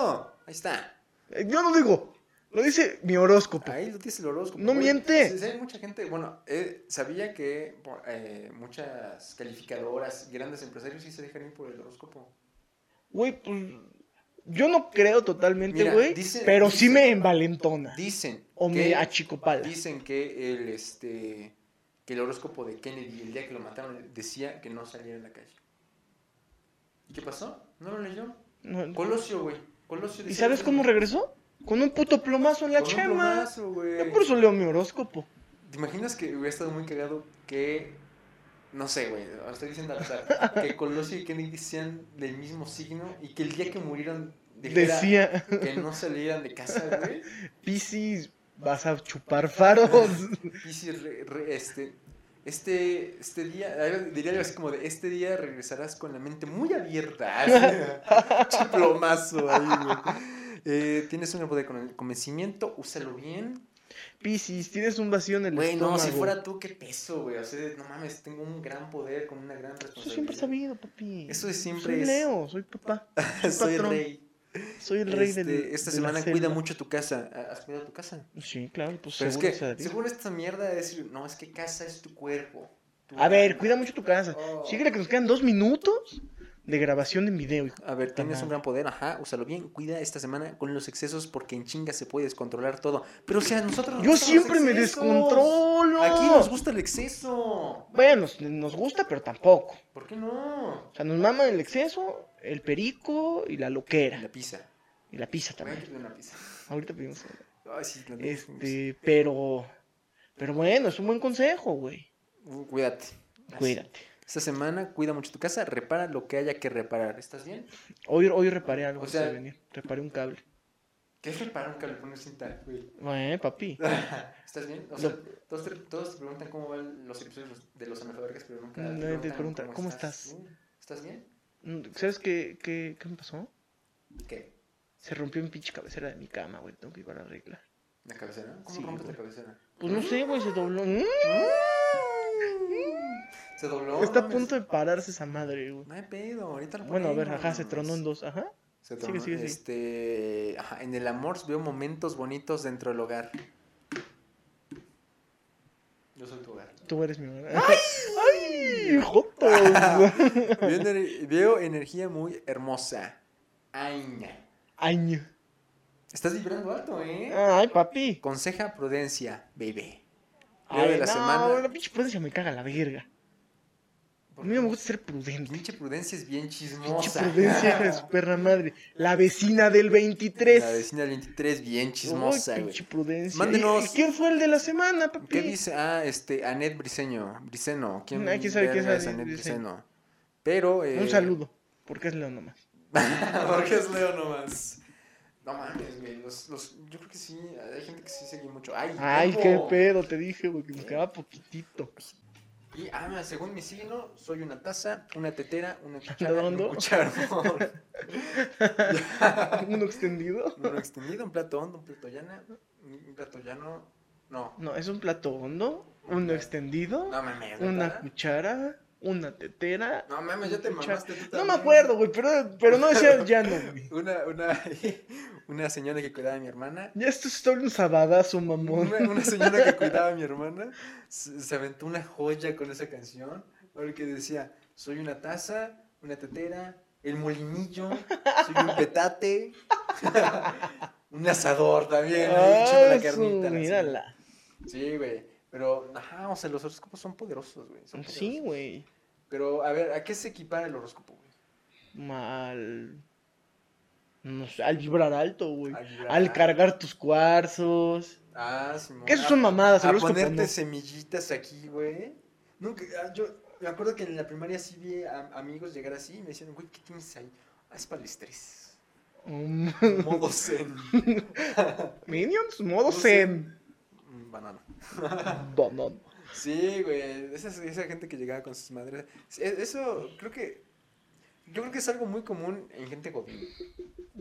[SPEAKER 4] Ahí está.
[SPEAKER 5] Eh, Yo no digo, lo dice mi horóscopo.
[SPEAKER 4] Ahí lo dice el horóscopo.
[SPEAKER 5] ¡No
[SPEAKER 4] Oye,
[SPEAKER 5] miente!
[SPEAKER 4] sí, sí, hay mucha gente. Bueno, eh, sabía que por- eh, muchas calificadoras, grandes empresarios, sí se dejan ir por el horóscopo.
[SPEAKER 5] Güey, pues yo no creo totalmente,
[SPEAKER 4] Mira,
[SPEAKER 5] güey,
[SPEAKER 4] dice-
[SPEAKER 5] pero sí
[SPEAKER 4] dice-
[SPEAKER 5] me envalentona
[SPEAKER 4] Dicen.
[SPEAKER 5] o me
[SPEAKER 4] que-
[SPEAKER 5] achicopala.
[SPEAKER 4] Dicen que el este que el horóscopo de Kennedy el día que lo mataron decía que no saliera a la calle. ¿Y qué pasó? No lo leyó.
[SPEAKER 5] No,
[SPEAKER 4] Colosio, güey. Colosio
[SPEAKER 5] ¿Y
[SPEAKER 4] decía
[SPEAKER 5] sabes
[SPEAKER 4] lo
[SPEAKER 5] cómo
[SPEAKER 4] mismo.
[SPEAKER 5] regresó? Con un puto plomazo en la
[SPEAKER 4] Con un
[SPEAKER 5] chema.
[SPEAKER 4] plomazo, güey.
[SPEAKER 5] Yo por eso leo mi horóscopo.
[SPEAKER 4] ¿Te imaginas que hubiera estado muy cagado que. No sé, güey, lo estoy diciendo al azar. que Colosio y Kennedy sean del mismo signo y que el día que murieron dijera
[SPEAKER 5] Decía,
[SPEAKER 4] que no salieran de casa, güey.
[SPEAKER 5] Piscis, vas a chupar faros.
[SPEAKER 4] Y si re- re- este. Este, este día, algo- diría algo así como de este día regresarás con la mente muy abierta. así, Chiplomazo ahí, güey. Eh, tienes una poder con el convencimiento, úsalo bien,
[SPEAKER 5] Piscis, tienes un vacío en el
[SPEAKER 4] Güey, no,
[SPEAKER 5] estómago.
[SPEAKER 4] si fuera tú, qué peso, güey. O sea, no mames, tengo un gran poder con una gran
[SPEAKER 5] Eso
[SPEAKER 4] responsabilidad.
[SPEAKER 5] siempre he sabido, papi.
[SPEAKER 4] Eso es siempre
[SPEAKER 5] Soy
[SPEAKER 4] es.
[SPEAKER 5] Leo, soy papá.
[SPEAKER 4] Soy
[SPEAKER 5] patrón.
[SPEAKER 4] rey.
[SPEAKER 5] Soy el rey
[SPEAKER 4] Este,
[SPEAKER 5] del.
[SPEAKER 4] Esta
[SPEAKER 5] de la
[SPEAKER 4] semana cuida
[SPEAKER 5] selva.
[SPEAKER 4] mucho tu casa. Ah, ¿Has cuidado tu casa?
[SPEAKER 5] Sí, claro, pues
[SPEAKER 4] Pero es
[SPEAKER 5] seguro
[SPEAKER 4] que,
[SPEAKER 5] se daría.
[SPEAKER 4] según esta mierda, de decir, no, es que casa es tu cuerpo. tu
[SPEAKER 5] A ver,
[SPEAKER 4] alma".
[SPEAKER 5] cuida mucho tu casa.
[SPEAKER 4] Oh.
[SPEAKER 5] Síguele que nos quedan dos minutos de grabación en video. hijo.
[SPEAKER 4] A ver, tienes
[SPEAKER 5] Ajá.
[SPEAKER 4] un gran poder, ajá, úsalo bien. Cuida esta semana con los excesos porque en chinga se puede descontrolar todo. Pero o sea, a nosotros nos
[SPEAKER 5] Yo
[SPEAKER 4] gustan los
[SPEAKER 5] siempre me
[SPEAKER 4] excesos.
[SPEAKER 5] descontrolo.
[SPEAKER 4] Aquí nos gusta el exceso.
[SPEAKER 5] Bueno, nos, nos gusta, pero tampoco.
[SPEAKER 4] ¿Por qué no?
[SPEAKER 5] O sea, nos mama el exceso, el perico y la
[SPEAKER 4] La
[SPEAKER 5] loquera.
[SPEAKER 4] pizza.
[SPEAKER 5] Y la pizza
[SPEAKER 4] Voy a
[SPEAKER 5] también.
[SPEAKER 4] pedir una pizza.
[SPEAKER 5] Ahorita pedimos.
[SPEAKER 4] Ay, sí, la neta,
[SPEAKER 5] Este, pero. Pero bueno, es un buen consejo, güey.
[SPEAKER 4] Uh, Cuídate.
[SPEAKER 5] Cuídate.
[SPEAKER 4] Esta semana cuida mucho tu casa, repara lo que haya que reparar. ¿Estás bien?
[SPEAKER 5] Hoy, hoy reparé algo
[SPEAKER 4] O
[SPEAKER 5] antes de
[SPEAKER 4] sea-
[SPEAKER 5] venir. Reparé un cable.
[SPEAKER 4] ¿Qué es reparar un California sin tal, güey?
[SPEAKER 5] Eh, papi.
[SPEAKER 4] ¿Estás bien? O sea,
[SPEAKER 5] No.
[SPEAKER 4] todos, te, todos te preguntan cómo van los episodios de los Anafabergas, pero nunca
[SPEAKER 5] Nadie te pregunta, ¿cómo estás?
[SPEAKER 4] bien. ¿Estás bien?
[SPEAKER 5] Mm, ¿Sabes qué, qué, qué me pasó?
[SPEAKER 4] ¿Qué?
[SPEAKER 5] Se rompió mi pinche cabecera de mi cama, güey. Tengo que ir a arreglar.
[SPEAKER 4] ¿La cabecera? ¿Cómo
[SPEAKER 5] Sí,
[SPEAKER 4] rompes la
[SPEAKER 5] güey.
[SPEAKER 4] cabecera?
[SPEAKER 5] Pues no sé, güey, se dobló. Mm,
[SPEAKER 4] Se dobló.
[SPEAKER 5] Está a
[SPEAKER 4] no,
[SPEAKER 5] punto
[SPEAKER 4] es-
[SPEAKER 5] de pararse esa madre, güey.
[SPEAKER 4] No hay pedo, ahorita lo
[SPEAKER 5] Bueno, a ver,
[SPEAKER 4] ponemos.
[SPEAKER 5] ajá, se tronó en dos, ajá.
[SPEAKER 4] Se
[SPEAKER 5] Sigue,
[SPEAKER 4] tronó.
[SPEAKER 5] sigue, sigue.
[SPEAKER 4] Este, ajá, en el amor veo momentos bonitos dentro del hogar. Yo soy tu hogar.
[SPEAKER 5] Tú eres mi hogar. ¡Ay! ¡Ay! ¡Jotos!
[SPEAKER 4] veo, ener- veo energía muy hermosa. Aña.
[SPEAKER 5] ¡Ay!
[SPEAKER 4] Estás vibrando alto, ¿eh?
[SPEAKER 5] ¡Ay, papi!
[SPEAKER 4] Conseja prudencia, bebé. Leo
[SPEAKER 5] Ay,
[SPEAKER 4] de la
[SPEAKER 5] no,
[SPEAKER 4] semana.
[SPEAKER 5] la pinche prudencia me caga la verga. A mí no me gusta ser prudente.
[SPEAKER 4] Pinche prudencia es bien
[SPEAKER 5] Pinche
[SPEAKER 4] chismosa.
[SPEAKER 5] prudencia hija de su perra madre. La vecina del 23.
[SPEAKER 4] La vecina del 23, bien
[SPEAKER 5] Uy,
[SPEAKER 4] chismosa, güey.
[SPEAKER 5] pinche prudencia.
[SPEAKER 4] Mándenos-
[SPEAKER 5] ¿Y- y ¿Quién fue el de la semana, papi?
[SPEAKER 4] ¿Qué dice? Ah, este, Anet Briseño. Briseño. ¿Quién,
[SPEAKER 5] Ah, quién sabe quién
[SPEAKER 4] verga
[SPEAKER 5] es Anet
[SPEAKER 4] Anet
[SPEAKER 5] Briseño?
[SPEAKER 4] Briseño? Pero. eh,
[SPEAKER 5] Un saludo. Porque es León nomás.
[SPEAKER 4] Porque es Leo nomás. No mames, güey. Los, los, yo creo que sí. Hay gente que sí seguí mucho. Ay,
[SPEAKER 5] Ay, qué
[SPEAKER 4] tiempo.
[SPEAKER 5] pedo, te dije, güey, que me quedaba poquitito.
[SPEAKER 4] Y ah, mira, según mi signo, soy una taza, una tetera, una cuchara, y
[SPEAKER 5] ¿Redondo?
[SPEAKER 4] un cucharón.
[SPEAKER 5] Uno extendido.
[SPEAKER 4] Uno extendido, un plato hondo, un plato llana, un plato llano. No.
[SPEAKER 5] No, es un plato hondo, uno extendido,
[SPEAKER 4] No mames,
[SPEAKER 5] una
[SPEAKER 4] ¿verdad?
[SPEAKER 5] cuchara, una tetera.
[SPEAKER 4] No mames, ya te
[SPEAKER 5] cuchara.
[SPEAKER 4] mamaste tú
[SPEAKER 5] No
[SPEAKER 4] también.
[SPEAKER 5] me acuerdo, güey, pero, pero no decía el llano, güey.
[SPEAKER 4] Una, una, una señora que cuidaba a mi hermana.
[SPEAKER 5] Ya esto está un sabadazo, mamón. Ah,
[SPEAKER 4] Una, una señora que cuidaba a mi hermana se, se aventó una joya con esa canción. Ahora que decía, soy una taza, una tetera, el molinillo, soy un petate, un asador también. ahí echando
[SPEAKER 5] Ah,
[SPEAKER 4] la carnita.
[SPEAKER 5] su-
[SPEAKER 4] la
[SPEAKER 5] mírala.
[SPEAKER 4] señora. Sí, güey. Pero, ajá, o sea, los horóscopos son poderosos, güey. son
[SPEAKER 5] Sí,
[SPEAKER 4] poderosos.
[SPEAKER 5] güey.
[SPEAKER 4] Pero, a ver, ¿a qué se equipara el horóscopo, güey?
[SPEAKER 5] Mal. No sé, al vibrar alto, güey.
[SPEAKER 4] Al-
[SPEAKER 5] Al cargar tus cuarzos.
[SPEAKER 4] Ah, Simón.
[SPEAKER 5] Que esas
[SPEAKER 4] Ah,
[SPEAKER 5] son mamadas,
[SPEAKER 4] a
[SPEAKER 5] el horóscopo
[SPEAKER 4] ponerte
[SPEAKER 5] no.
[SPEAKER 4] semillitas aquí, güey. Nunca, ah, yo me acuerdo que en la primaria sí vi a amigos llegar así y me decían, güey, ¿qué tienes ahí? Ah, es para el estrés.
[SPEAKER 5] Um,
[SPEAKER 4] Modo zen.
[SPEAKER 5] Minions,
[SPEAKER 4] No
[SPEAKER 5] modo
[SPEAKER 4] sé.
[SPEAKER 5] zen.
[SPEAKER 4] Mm, Banana.
[SPEAKER 5] Banana.
[SPEAKER 4] Sí, güey. Esa, esa gente que llegaba con sus madres. Sí, e- Eso creo que. Yo creo que es algo muy común en gente godín.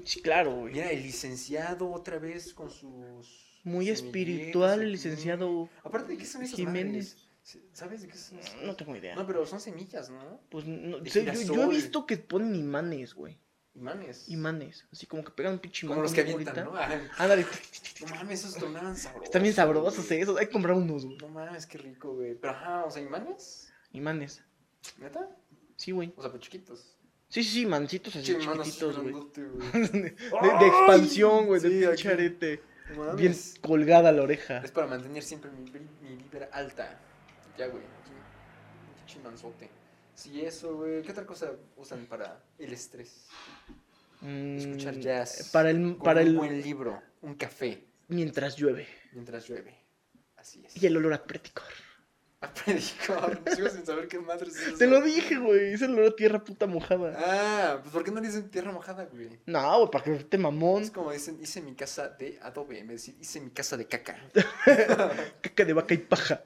[SPEAKER 5] Sí, claro, güey.
[SPEAKER 4] Mira, el licenciado otra vez con sus.
[SPEAKER 5] Muy
[SPEAKER 4] semillitas
[SPEAKER 5] espiritual,
[SPEAKER 4] aquí.
[SPEAKER 5] licenciado.
[SPEAKER 4] Aparte, ¿de qué son esas
[SPEAKER 5] Jiménez.
[SPEAKER 4] madres? Sí, ¿Sabes de qué son esas
[SPEAKER 5] No
[SPEAKER 4] madres?
[SPEAKER 5] tengo idea.
[SPEAKER 4] No, pero son semillas, ¿no?
[SPEAKER 5] Pues no,
[SPEAKER 4] de
[SPEAKER 5] sé, yo- yo, he
[SPEAKER 4] girasol.
[SPEAKER 5] visto que ponen imanes, güey.
[SPEAKER 4] Imanes.
[SPEAKER 5] Imanes. Así como que pegan un pinche imán.
[SPEAKER 4] Como los que
[SPEAKER 5] con una
[SPEAKER 4] avientan, ¿no?
[SPEAKER 5] bolita.
[SPEAKER 4] Ay,
[SPEAKER 5] Ándale.
[SPEAKER 4] No mames, esos tornaban sabrosos.
[SPEAKER 5] Están bien sabrosos
[SPEAKER 4] güey.
[SPEAKER 5] eh, esos. Hay que comprar unos, güey.
[SPEAKER 4] No mames, qué rico, güey. Pero ajá, o sea, imanes.
[SPEAKER 5] Imanes.
[SPEAKER 4] ¿Neta?
[SPEAKER 5] Sí, güey.
[SPEAKER 4] O sea, pues chiquitos.
[SPEAKER 5] Sí, sí, sí, mancitos así
[SPEAKER 4] Che, manos
[SPEAKER 5] Pues chiquititos, güey.
[SPEAKER 4] grandote, güey.
[SPEAKER 5] De, de expansión, güey, de
[SPEAKER 4] Sí, aquí.
[SPEAKER 5] pinche arete.
[SPEAKER 4] No mames.
[SPEAKER 5] Bien colgada la oreja.
[SPEAKER 4] Es para mantener siempre mi, vib- mi vibra alta. Ya, güey. aquí, Un pinche manzote. Sí, eso, güey. ¿Qué otra cosa usan para el estrés?
[SPEAKER 5] Mm,
[SPEAKER 4] Escuchar jazz.
[SPEAKER 5] Para el,
[SPEAKER 4] Con
[SPEAKER 5] para
[SPEAKER 4] un
[SPEAKER 5] el
[SPEAKER 4] buen libro, un café,
[SPEAKER 5] mientras llueve.
[SPEAKER 4] mientras llueve. Así es.
[SPEAKER 5] Y el olor a preticor.
[SPEAKER 4] A predicador. Sigo sin saber qué madres es
[SPEAKER 5] Te
[SPEAKER 4] eso.
[SPEAKER 5] lo dije, güey. Es el olor a tierra puta mojada.
[SPEAKER 4] Ah, pues ¿por qué no le dicen tierra mojada, güey?
[SPEAKER 5] No, güey, para que te mamón.
[SPEAKER 4] Es como dicen, hice mi casa de adobe, en vez de decir, hice mi casa de caca.
[SPEAKER 5] Caca de vaca y paja.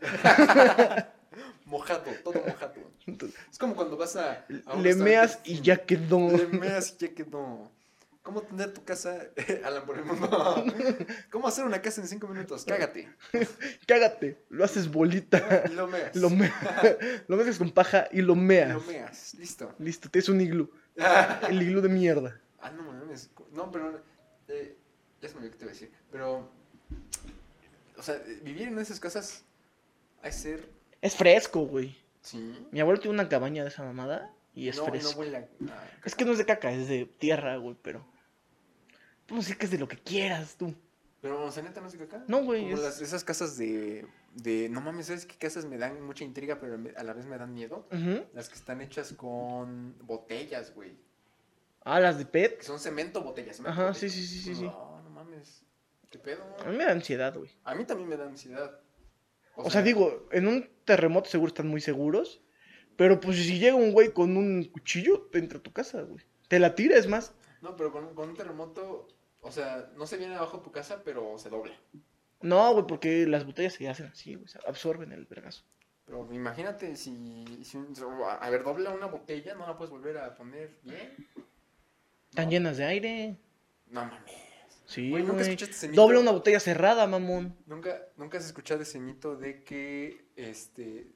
[SPEAKER 4] mojado, todo mojado.
[SPEAKER 5] Entonces,
[SPEAKER 4] Es como cuando vas a... a un
[SPEAKER 5] le meas
[SPEAKER 4] restaurante
[SPEAKER 5] y ya quedó.
[SPEAKER 4] fino. Le meas y ya quedó. ¿Cómo tener tu casa, Alan, por ¿Cómo hacer una casa en cinco minutos? Cágate.
[SPEAKER 5] Cágate. Lo haces bolita.
[SPEAKER 4] Y lo meas.
[SPEAKER 5] Lo, me... lo metes con paja y lo meas.
[SPEAKER 4] Lo meas, listo.
[SPEAKER 5] Listo, te es un iglú.
[SPEAKER 4] ah,
[SPEAKER 5] El iglú de mierda.
[SPEAKER 4] no mames. No, pero... eh, ya se me olvidó que te iba a decir. Pero... O sea, eh, vivir en esas casas... Hay ser...
[SPEAKER 5] Es fresco, güey.
[SPEAKER 4] Sí.
[SPEAKER 5] Mi abuelo tiene una cabaña de esa mamada y es
[SPEAKER 4] no,
[SPEAKER 5] fresco.
[SPEAKER 4] No huele a- a
[SPEAKER 5] Es que no es de caca, es de tierra, güey, pero. Podemos decir que es de lo que quieras, tú.
[SPEAKER 4] Pero, o sea, neta, no sé qué acá.
[SPEAKER 5] No, güey.
[SPEAKER 4] Como
[SPEAKER 5] es-
[SPEAKER 4] las- esas casas de, de. No mames, ¿sabes qué casas me dan mucha intriga, pero me- a la vez me dan miedo?
[SPEAKER 5] Ujú.
[SPEAKER 4] Las que están hechas con botellas, güey.
[SPEAKER 5] Ah, las de
[SPEAKER 4] Que
[SPEAKER 5] pet.
[SPEAKER 4] son cemento botellas. cemento
[SPEAKER 5] Ajá,
[SPEAKER 4] botellas.
[SPEAKER 5] sí, sí, sí, sí, sí.
[SPEAKER 4] No, no mames. ¿Qué pedo?
[SPEAKER 5] A mí me da ansiedad, güey.
[SPEAKER 4] A mí también me da ansiedad.
[SPEAKER 5] O sea, digo, en un terremoto seguro están muy seguros. Pero pues si llega un güey con un cuchillo, te entra a tu casa, güey. Te la tira, es más.
[SPEAKER 4] No, pero con, con un terremoto. O sea, no se viene abajo tu casa, pero se dobla.
[SPEAKER 5] No, güey, porque las botellas se hacen así, güey, se absorben el vergazo.
[SPEAKER 4] Pero imagínate si, si un- a ver, dobla una botella, no la puedes volver a poner bien.
[SPEAKER 5] Están llenas de aire.
[SPEAKER 4] No mames.
[SPEAKER 5] Sí,
[SPEAKER 4] Ah. Güey, ¿nunca
[SPEAKER 5] güey.
[SPEAKER 4] escuchaste ese mito?
[SPEAKER 5] Dobla una botella cerrada, mamón.
[SPEAKER 4] ¿Nunca, nunca has escuchado ese mito de que este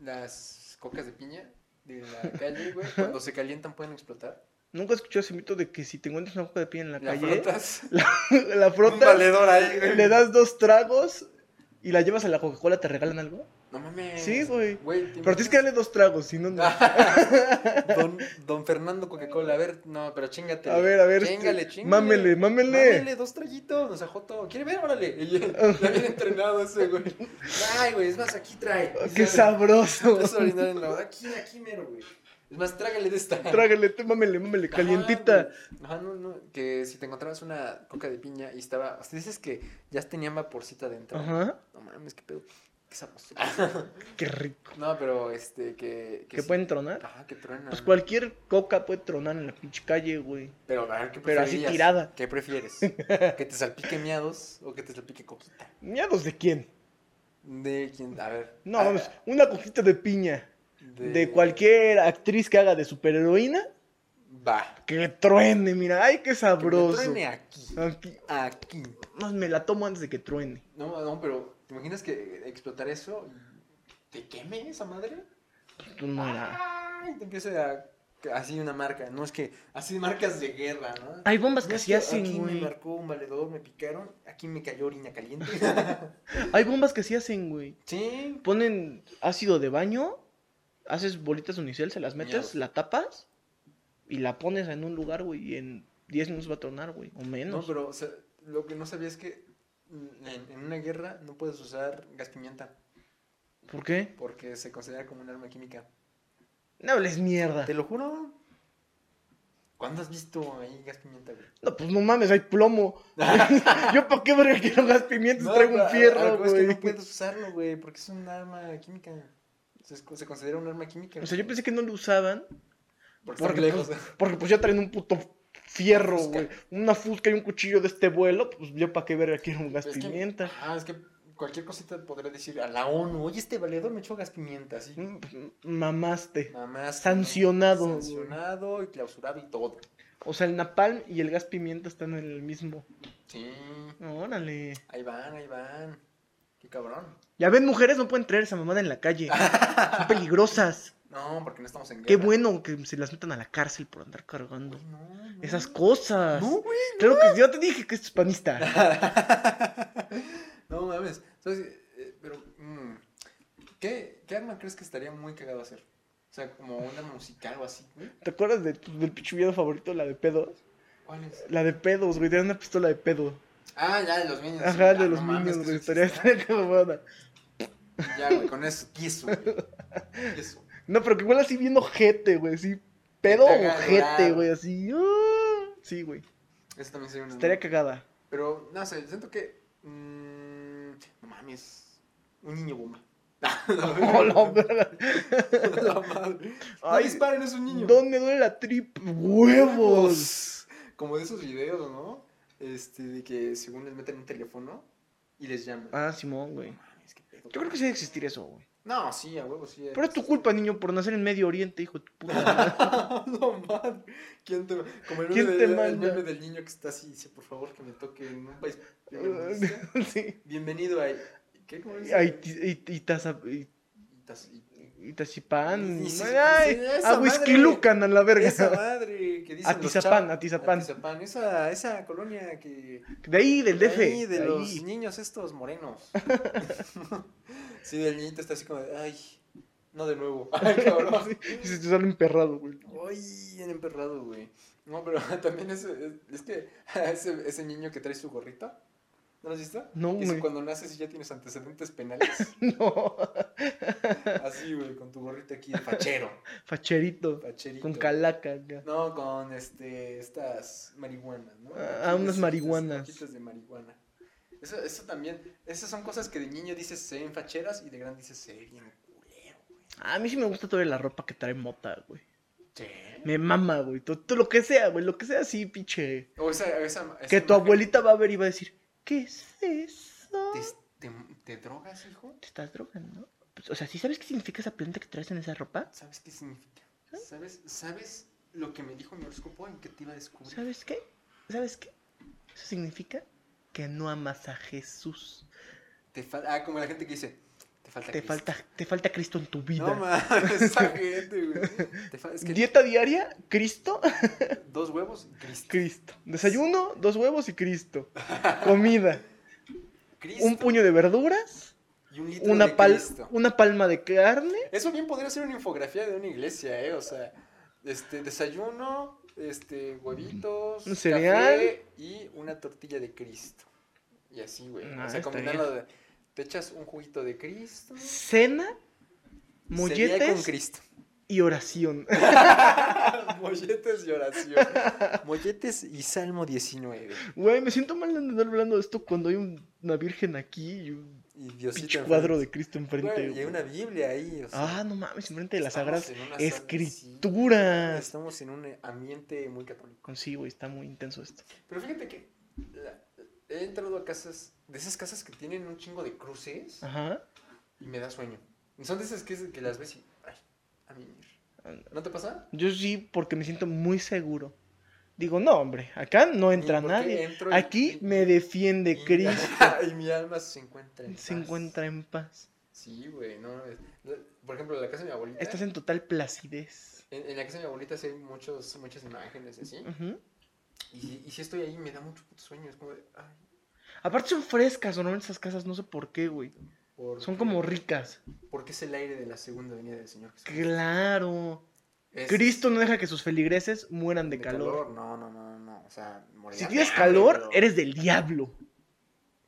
[SPEAKER 4] las cocas de piña de la calle, güey, cuando se calientan pueden explotar?
[SPEAKER 5] Nunca escuchado ese mito de que si te encuentras una hoja de piña en la
[SPEAKER 4] La
[SPEAKER 5] calle,
[SPEAKER 4] frotas,
[SPEAKER 5] la
[SPEAKER 4] un
[SPEAKER 5] frotas,
[SPEAKER 4] valedor ahí, güey.
[SPEAKER 5] le das dos tragos y la llevas a la Coca-Cola, te regalan algo.
[SPEAKER 4] No mames.
[SPEAKER 5] Sí, güey.
[SPEAKER 4] Eh, Güey, Ah,
[SPEAKER 5] Pero tienes que darle dos tragos, si no, no.
[SPEAKER 4] don, don Fernando Coca-Cola, a ver, no, pero chingate.
[SPEAKER 5] A ver, a ver,
[SPEAKER 4] Chingale,
[SPEAKER 5] este,
[SPEAKER 4] chingale.
[SPEAKER 5] mámele, mámele.
[SPEAKER 4] Mámele, dos traguitos, nos ajó todo. ¿Quiere ver? Órale. Y ya bien entrenado ese, güey. Ay, güey, es más, aquí trae.
[SPEAKER 5] Ah, Qué sabroso.
[SPEAKER 4] Vas a orinar en la- Aquí, aquí mero, güey. Es más, trágale de esta.
[SPEAKER 5] Trágale, tú, mámele, mámele,
[SPEAKER 4] Ajá,
[SPEAKER 5] calientita.
[SPEAKER 4] güey. Ajá, no, no. Que si te encontrabas una coca de piña y estaba. Hasta dices que ya tenía vaporcita dentro.
[SPEAKER 5] Ajá,
[SPEAKER 4] No mames, qué pedo. Qué sabroso.
[SPEAKER 5] qué rico.
[SPEAKER 4] no, pero este, que.
[SPEAKER 5] ¿Que
[SPEAKER 4] sí.
[SPEAKER 5] pueden tronar?
[SPEAKER 4] Ajá, que truena.
[SPEAKER 5] Pues cualquier coca puede tronar en la pinche calle, güey.
[SPEAKER 4] Pero, a ver, ¿qué
[SPEAKER 5] Pero así
[SPEAKER 4] preferirías?
[SPEAKER 5] tirada.
[SPEAKER 4] ¿Qué prefieres? ¿Que te salpique miados o que te salpique coquita?
[SPEAKER 5] ¿Miados de quién?
[SPEAKER 4] De quién, a ver.
[SPEAKER 5] No,
[SPEAKER 4] a-
[SPEAKER 5] vamos, una cojita de piña Ah, de cualquier actriz que haga de superheroína
[SPEAKER 4] Va.
[SPEAKER 5] que truene, mira, ay, qué
[SPEAKER 4] Que me
[SPEAKER 5] sabroso. Ah.
[SPEAKER 4] truene aquí.
[SPEAKER 5] Aquí,
[SPEAKER 4] Aquí.
[SPEAKER 5] no, me la tomo antes de que truene.
[SPEAKER 4] No, no, pero ¿te imaginas que explotar eso y te queme esa madre?
[SPEAKER 5] Pues no era-
[SPEAKER 4] Ay, te empieza a. Así una marca, no es que. Así marcas de guerra, ¿no?
[SPEAKER 5] Hay bombas
[SPEAKER 4] No,
[SPEAKER 5] que
[SPEAKER 4] es
[SPEAKER 5] así
[SPEAKER 4] aquí
[SPEAKER 5] hacen,
[SPEAKER 4] me
[SPEAKER 5] güey.
[SPEAKER 4] marcó un valedor, me picaron, aquí me cayó orina caliente.
[SPEAKER 5] Hay bombas que así hacen, güey.
[SPEAKER 4] sí.
[SPEAKER 5] Ponen ácido de baño, haces bolitas unicel, se las metes,
[SPEAKER 4] Miados.
[SPEAKER 5] la tapas y la pones en un lugar, güey, y en 10 minutos va a tronar, güey, o
[SPEAKER 4] No,
[SPEAKER 5] menos.
[SPEAKER 4] pero o sea, lo que no sabía es que mm, en, en una guerra no puedes usar gas pimienta
[SPEAKER 5] ¿Por qué?
[SPEAKER 4] porque se considera como un arma química.
[SPEAKER 5] No hables mierda.
[SPEAKER 4] Te lo juro. ¿Cuándo has visto ahí gas pimienta, güey?
[SPEAKER 5] No, pues no mames, hay plomo. Yo para qué verga quiero gas pimientos, traigo
[SPEAKER 4] pero
[SPEAKER 5] un
[SPEAKER 4] a- a lo
[SPEAKER 5] fierro,
[SPEAKER 4] que voy es que no
[SPEAKER 5] güey.
[SPEAKER 4] puedes usarlo, güey, porque es un arma química. Se, es- se considera un arma química.
[SPEAKER 5] O sea,
[SPEAKER 4] güey,
[SPEAKER 5] yo pensé que no lo usaban
[SPEAKER 4] porque
[SPEAKER 5] porque,
[SPEAKER 4] están lejos.
[SPEAKER 5] pues, porque pues ya traen un puto fierro,
[SPEAKER 4] Fusca.
[SPEAKER 5] güey. Una fusca y un cuchillo de este vuelo, pues yo para qué verga quiero un gas
[SPEAKER 4] Es que-
[SPEAKER 5] pimienta.
[SPEAKER 4] Ah, es que cualquier cosita podría decir a la ONU, oye, este valedor me echó gas pimienta, así.
[SPEAKER 5] Mm, pues, Mamaste.
[SPEAKER 4] Nada más.
[SPEAKER 5] Sancionado, güey.
[SPEAKER 4] Sancionado y clausurado y todo.
[SPEAKER 5] O sea, el napalm y el gas pimienta están en el mismo.
[SPEAKER 4] Sí.
[SPEAKER 5] Órale.
[SPEAKER 4] Ahí van, ahí van. Qué cabrón.
[SPEAKER 5] Ya ven, mujeres no pueden traer esa mamada en la calle. Son peligrosas.
[SPEAKER 4] No, porque no estamos en guerra.
[SPEAKER 5] Qué bueno que se las metan a la cárcel por andar cargando
[SPEAKER 4] Güey, no, no.
[SPEAKER 5] esas cosas.
[SPEAKER 4] No, güey.
[SPEAKER 5] Claro que yo te dije que esto es panista.
[SPEAKER 4] no mames. Entonces, eh, pero, mm, ¿qué, ¿qué arma crees que estaría muy cagado hacer? O sea, como una musical o así, güey.
[SPEAKER 5] ¿Te acuerdas de tu- del pichuviado favorito, la de pedos?
[SPEAKER 4] ¿Cuál es?
[SPEAKER 5] La de pedos, güey, era una pistola de pedo.
[SPEAKER 4] Ah, ya, de los niños.
[SPEAKER 5] Ajá, de los niños, güey, estaría estaría cabrona.
[SPEAKER 4] Ya, güey, con eso, tieso, güey. Tieso.
[SPEAKER 5] No, pero que igual así bien ojete, güey, así. Pedo
[SPEAKER 4] Que te haga
[SPEAKER 5] ojete,
[SPEAKER 4] llorar.
[SPEAKER 5] güey, así. ah. Sí, güey.
[SPEAKER 4] Eso también sería una.
[SPEAKER 5] Estaría cagada.
[SPEAKER 4] Pero, no sé, siento que. mm, no mames. Un niño bomba.
[SPEAKER 5] Oh, la verga.
[SPEAKER 4] La madre. no
[SPEAKER 5] Ay,
[SPEAKER 4] disparen, es un niño.
[SPEAKER 5] ¿Dónde duele la trip? ¡Huevos!
[SPEAKER 4] Como de esos videos, ¿no? Este, de que según les meten un teléfono y les llaman.
[SPEAKER 5] Ah, Simón, güey.
[SPEAKER 4] No mames, qué pedo.
[SPEAKER 5] Yo creo que sí debe existir eso, güey.
[SPEAKER 4] No, sí, a huevo, sí. eh.
[SPEAKER 5] Pero es tu culpa, niño, por nacer en Medio Oriente, hijo de tu puta madre.
[SPEAKER 4] Ah, no mames. ¿Quién te, como el meme,
[SPEAKER 5] ¿Quién te
[SPEAKER 4] de- el
[SPEAKER 5] manda?
[SPEAKER 4] meme del niño que está así dice, por favor, que me toque en un país. primermundista.
[SPEAKER 5] sí.
[SPEAKER 4] Bienvenido a. ¿Qué? ¿Cómo dice?
[SPEAKER 5] Ah, Ay, ti- y- y taza- y-
[SPEAKER 4] Y tas- y-
[SPEAKER 5] y Tazipán.
[SPEAKER 4] Y- y-
[SPEAKER 5] Ay,
[SPEAKER 4] y- esa
[SPEAKER 5] A Huizquilucan, a la verga.
[SPEAKER 4] Esa madre que dicen los
[SPEAKER 5] Atizapán,
[SPEAKER 4] chavos-
[SPEAKER 5] Atizapán.
[SPEAKER 4] Atizapán, esa, esa colonia que...
[SPEAKER 5] De ahí, del DF.
[SPEAKER 4] ahí de
[SPEAKER 5] ahí.
[SPEAKER 4] los niños estos morenos. sí, del niñito está así como de, ay, no de nuevo. Ay, cabrón.
[SPEAKER 5] Sí, y se te sale un perrado, güey.
[SPEAKER 4] Ay, bien emperrado, güey. No, pero también es, es, es que ese, ese niño que trae su gorrito, ¿no lo has visto?
[SPEAKER 5] No,
[SPEAKER 4] Que si
[SPEAKER 5] güey.
[SPEAKER 4] cuando naces y ya tienes antecedentes penales.
[SPEAKER 5] No.
[SPEAKER 4] así, güey, con tu gorrito aquí de fachero.
[SPEAKER 5] Facherito.
[SPEAKER 4] facherito.
[SPEAKER 5] Con calaca. acá.
[SPEAKER 4] No, con este, estas marihuanas, ¿no?
[SPEAKER 5] Ah, unas
[SPEAKER 4] Estas
[SPEAKER 5] marihuanas.
[SPEAKER 4] hojitas de marihuana. Eso, eso también, esas son cosas que de niño dices se ven facheras y de grande dices se ve bien culero.
[SPEAKER 5] A mí sí me gusta todavía la ropa que trae mota, güey. Me mama, güey. Tú, tú lo que sea, güey. Lo que sea así, pinche.
[SPEAKER 4] O esa, esa, esa
[SPEAKER 5] Que tu
[SPEAKER 4] imagen-
[SPEAKER 5] abuelita va a ver y va a decir, ¿qué es eso?
[SPEAKER 4] ¿Te, te- te drogas, hijo?
[SPEAKER 5] Te estás drogando. Pues, o sea, ¿sí sabes qué significa esa planta que traes en esa ropa?
[SPEAKER 4] ¿Sabes qué significa?
[SPEAKER 5] ¿Eh?
[SPEAKER 4] ¿Sabes, ¿Sabes lo que me dijo mi horóscopo en que te iba a descubrir?
[SPEAKER 5] ¿Sabes qué? ¿Sabes qué? Eso significa que no amas a Jesús.
[SPEAKER 4] Te fal- ah, como la gente que dice, te falta
[SPEAKER 5] Te
[SPEAKER 4] Cristo.
[SPEAKER 5] falta, te falta Cristo en tu vida.
[SPEAKER 4] No mames, esa gente, güey. Te fal- es que
[SPEAKER 5] Dieta diaria, Cristo,
[SPEAKER 4] dos huevos, Cristo.
[SPEAKER 5] Cristo. Desayuno, dos huevos y Cristo. Comida,
[SPEAKER 4] Cristo
[SPEAKER 5] un puño de verduras,
[SPEAKER 4] y un litro
[SPEAKER 5] una,
[SPEAKER 4] de
[SPEAKER 5] pal-
[SPEAKER 4] Cristo.
[SPEAKER 5] una palma de carne.
[SPEAKER 4] Eso bien podría ser una infografía de una iglesia, eh, o sea, este, desayuno, este, huevitos,
[SPEAKER 5] Un cereal.
[SPEAKER 4] café y una tortilla de Cristo. Y así, güey.
[SPEAKER 5] Ah,
[SPEAKER 4] o sea,
[SPEAKER 5] está
[SPEAKER 4] combinarlo de, te echas un juguito de Cristo,
[SPEAKER 5] Cena,
[SPEAKER 4] cereal con
[SPEAKER 5] molletes
[SPEAKER 4] Cristo.
[SPEAKER 5] y oración.
[SPEAKER 4] molletes y oración. molletes y Salmo 19.
[SPEAKER 5] Güey, me siento mal de andar hablando de esto cuando hay un- una virgen aquí y un
[SPEAKER 4] Y
[SPEAKER 5] pinche
[SPEAKER 4] Diosito
[SPEAKER 5] cuadro de
[SPEAKER 4] enfrente.
[SPEAKER 5] Cristo enfrente.
[SPEAKER 4] Güey, y hay
[SPEAKER 5] güey.
[SPEAKER 4] una Biblia ahí, o sea.
[SPEAKER 5] Ah, no mames, enfrente de las
[SPEAKER 4] estamos
[SPEAKER 5] sagradas
[SPEAKER 4] en una sala, sí.
[SPEAKER 5] escrituras.
[SPEAKER 4] Estamos en un ambiente muy católico.
[SPEAKER 5] Con sí, güey, está muy intenso esto.
[SPEAKER 4] Pero fíjate que la- he entrado a casas, de esas casas que tienen un chingo de cruces
[SPEAKER 5] Ajá.
[SPEAKER 4] y me da sueño. Son de esas que, que las ves y. Ay, a mimir. ¿No te pasa?
[SPEAKER 5] Yo sí, porque me siento muy seguro. Digo, no, hombre, acá no entra
[SPEAKER 4] ¿Y por qué
[SPEAKER 5] nadie.
[SPEAKER 4] entro y-
[SPEAKER 5] Aquí
[SPEAKER 4] y-
[SPEAKER 5] me defiende
[SPEAKER 4] y-
[SPEAKER 5] Cristo.
[SPEAKER 4] Y mi alma se encuentra en
[SPEAKER 5] Se
[SPEAKER 4] paz.
[SPEAKER 5] encuentra en paz.
[SPEAKER 4] Sí, güey, no. es- la- Por ejemplo, la casa de mi abuelita.
[SPEAKER 5] Estás en total placidez.
[SPEAKER 4] En, en la casa de mi abuelita sí hay muchos, muchas imágenes y así.
[SPEAKER 5] Ujú.
[SPEAKER 4] Y, y si estoy ahí, me da mucho puto sueño. Es como de, ay,
[SPEAKER 5] Aparte son frescas, normalmente esas casas, no sé por qué, güey.
[SPEAKER 4] por-
[SPEAKER 5] Son como ricas.
[SPEAKER 4] Porque es el aire de la segunda venida del Señor Jesús.
[SPEAKER 5] Claro.
[SPEAKER 4] Es-
[SPEAKER 5] Cristo no deja que sus feligreses mueran de calor.
[SPEAKER 4] No, no, no, no. O sea, morirán
[SPEAKER 5] Si
[SPEAKER 4] de
[SPEAKER 5] tienes
[SPEAKER 4] hambre,
[SPEAKER 5] calor,
[SPEAKER 4] pero-
[SPEAKER 5] eres del diablo.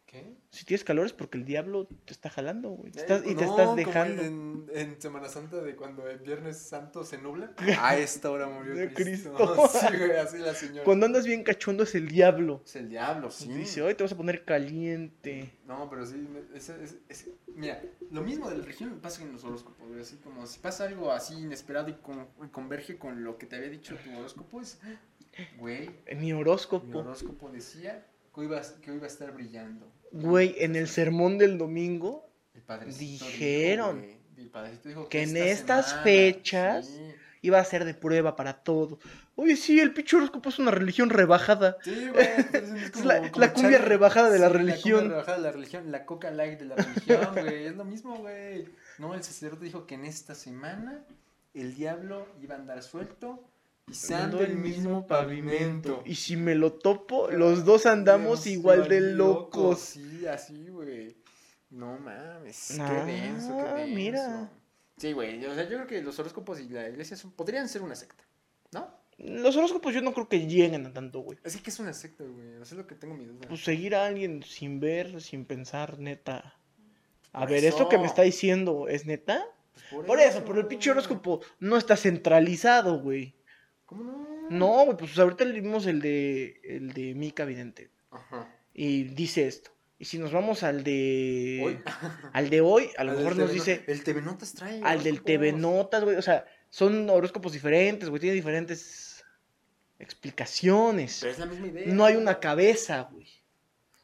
[SPEAKER 4] ¿Qué?
[SPEAKER 5] Si tienes calor es porque el diablo te está jalando, güey. Te
[SPEAKER 4] Eh,
[SPEAKER 5] estás- y te
[SPEAKER 4] no,
[SPEAKER 5] estás
[SPEAKER 4] como
[SPEAKER 5] dejando.
[SPEAKER 4] En, en Semana Santa, de cuando el Viernes Santo se nubla, a esta hora murió
[SPEAKER 5] De
[SPEAKER 4] Cristo.
[SPEAKER 5] Cristo.
[SPEAKER 4] Sí, güey, así la señora.
[SPEAKER 5] Cuando andas bien cachondo es el diablo.
[SPEAKER 4] Es el diablo, sí.
[SPEAKER 5] Dice, hoy te vas a poner caliente.
[SPEAKER 4] No, pero sí, me- ese- ese- ese- mira, lo mismo de la religión me pasa en los horóscopos, güey, así como si pasa algo así inesperado y, con- y converge con lo que te había dicho tu horóscopo, es, güey,
[SPEAKER 5] En mi horóscopo.
[SPEAKER 4] mi horóscopo decía que hoy iba, a- que hoy iba a estar brillando.
[SPEAKER 5] Güey, en el sermón del domingo,
[SPEAKER 4] El padrecito dijo,
[SPEAKER 5] Dijeron
[SPEAKER 4] güey, el padrecito dijo
[SPEAKER 5] que en
[SPEAKER 4] esta
[SPEAKER 5] estas
[SPEAKER 4] semana,
[SPEAKER 5] fechas-
[SPEAKER 4] sí.
[SPEAKER 5] iba a ser de prueba para todo. Oye, sí, el pinche horóscopo es una religión rebajada.
[SPEAKER 4] Sí, güey. entonces Es como-
[SPEAKER 5] la-
[SPEAKER 4] como
[SPEAKER 5] la cumbia
[SPEAKER 4] Charlie.
[SPEAKER 5] rebajada de la
[SPEAKER 4] La
[SPEAKER 5] religión.
[SPEAKER 4] cumbia rebajada de la religión, la coca light de la religión, güey. Es lo mismo, güey. No, el sacerdote dijo que en esta semana el diablo iba a andar suelto pisando el mismo pavimento.
[SPEAKER 5] Y si me lo topo, los dos andamos
[SPEAKER 4] Dios,
[SPEAKER 5] igual de
[SPEAKER 4] igual
[SPEAKER 5] locos.
[SPEAKER 4] Sí, así, güey. No mames.
[SPEAKER 5] Ah,
[SPEAKER 4] qué denso, qué denso.
[SPEAKER 5] mira.
[SPEAKER 4] Sí, güey. O sea, yo creo que los horóscopos y la iglesia son- podrían ser una secta, ¿no?
[SPEAKER 5] Los horóscopos yo no creo que lleguen a tanto, güey.
[SPEAKER 4] Así que es una secta, güey. Eso es lo que tengo mi duda.
[SPEAKER 5] Pues seguir a alguien sin ver, sin pensar, neta. A
[SPEAKER 4] Por
[SPEAKER 5] ver, ¿esto que me
[SPEAKER 4] eso.
[SPEAKER 5] está diciendo es neta?
[SPEAKER 4] Pues,
[SPEAKER 5] Por eso, pero el pinche horóscopo no está centralizado, güey.
[SPEAKER 4] ¿Cómo no?
[SPEAKER 5] No, güey, pues ahorita leímos el de el de Mica Vidente.
[SPEAKER 4] Ajá.
[SPEAKER 5] Y dice esto. Y si nos vamos al de.
[SPEAKER 4] Hoy-
[SPEAKER 5] Al de hoy, Eh, a lo
[SPEAKER 4] al
[SPEAKER 5] mejor
[SPEAKER 4] del
[SPEAKER 5] nos
[SPEAKER 4] TV
[SPEAKER 5] dice.
[SPEAKER 4] No- El TV Notas trae.
[SPEAKER 5] Al del TV
[SPEAKER 4] horóscopos.
[SPEAKER 5] Notas, güey. O sea, son horóscopos diferentes, güey. Tiene diferentes explicaciones.
[SPEAKER 4] Pero es la misma idea. Ah,
[SPEAKER 5] No hay una cabeza, güey.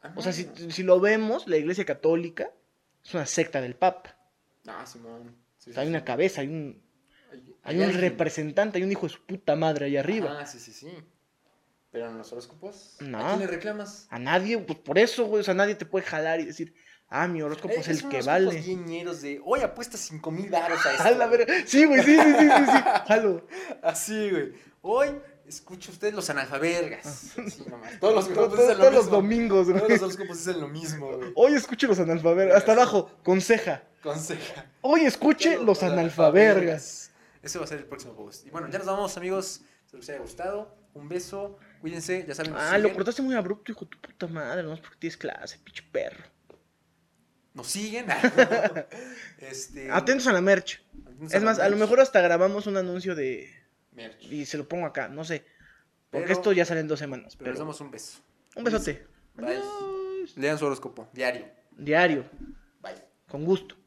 [SPEAKER 4] Ajá.
[SPEAKER 5] O sea, si, si lo vemos, la iglesia católica es una secta del Papa.
[SPEAKER 4] Ah, Simón. Sí,
[SPEAKER 5] O sea, hay
[SPEAKER 4] sí,
[SPEAKER 5] una
[SPEAKER 4] sí.
[SPEAKER 5] cabeza, hay un,
[SPEAKER 4] Hay,
[SPEAKER 5] hay un
[SPEAKER 4] alguien.
[SPEAKER 5] representante, hay un hijo de su puta madre allá arriba.
[SPEAKER 4] Ah, sí, sí, sí. Pero en los horóscopos.
[SPEAKER 5] No.
[SPEAKER 4] ¿A quién le reclamas?
[SPEAKER 5] A nadie, pues por eso, güey. O sea, nadie te puede jalar y decir, ah, mi horóscopo es, el
[SPEAKER 4] Eh, son
[SPEAKER 5] que
[SPEAKER 4] horóscopos
[SPEAKER 5] vale.
[SPEAKER 4] Bien de hoy apuesta 5 mil baros a esto.
[SPEAKER 5] A la verga. Sí, güey, sí, sí, sí, sí, sí. Jalo.
[SPEAKER 4] Así, güey. Hoy escucha usted los analfabergas. Sí, nomás. Todos los
[SPEAKER 5] Ah. Todos,
[SPEAKER 4] horóscopos
[SPEAKER 5] todos-
[SPEAKER 4] dicen Pues, lo
[SPEAKER 5] todos los
[SPEAKER 4] mismo.
[SPEAKER 5] domingos,
[SPEAKER 4] Todos
[SPEAKER 5] güey.
[SPEAKER 4] los horóscopos dicen lo mismo, güey.
[SPEAKER 5] Hoy escuche los analfabergas. Hasta abajo, conseja.
[SPEAKER 4] Conseja.
[SPEAKER 5] Hoy escuche los analfabergas.
[SPEAKER 4] Ese va a ser el próximo post. Y bueno, ya nos vamos, amigos. Espero que les haya gustado. Un beso. Cuídense, ya saben. nos
[SPEAKER 5] Ah, lo
[SPEAKER 4] siguen.
[SPEAKER 5] cortaste muy abrupto, hijo de tu puta madre. No es porque tienes clase, pinche perro.
[SPEAKER 4] Nos siguen. este,
[SPEAKER 5] Atentos a la merch.
[SPEAKER 4] atentos
[SPEAKER 5] Es
[SPEAKER 4] la
[SPEAKER 5] más, a lo
[SPEAKER 4] merch.
[SPEAKER 5] mejor hasta grabamos un anuncio de.
[SPEAKER 4] Merch. Pero,
[SPEAKER 5] Y se lo pongo acá, no sé. Porque
[SPEAKER 4] Pero-
[SPEAKER 5] esto ya sale en dos semanas. Pero
[SPEAKER 4] les damos un beso.
[SPEAKER 5] un besote.
[SPEAKER 4] Bye.
[SPEAKER 5] Adiós.
[SPEAKER 4] Lean su horóscopo. Diario.
[SPEAKER 5] Diario,
[SPEAKER 4] Bye.
[SPEAKER 5] con gusto.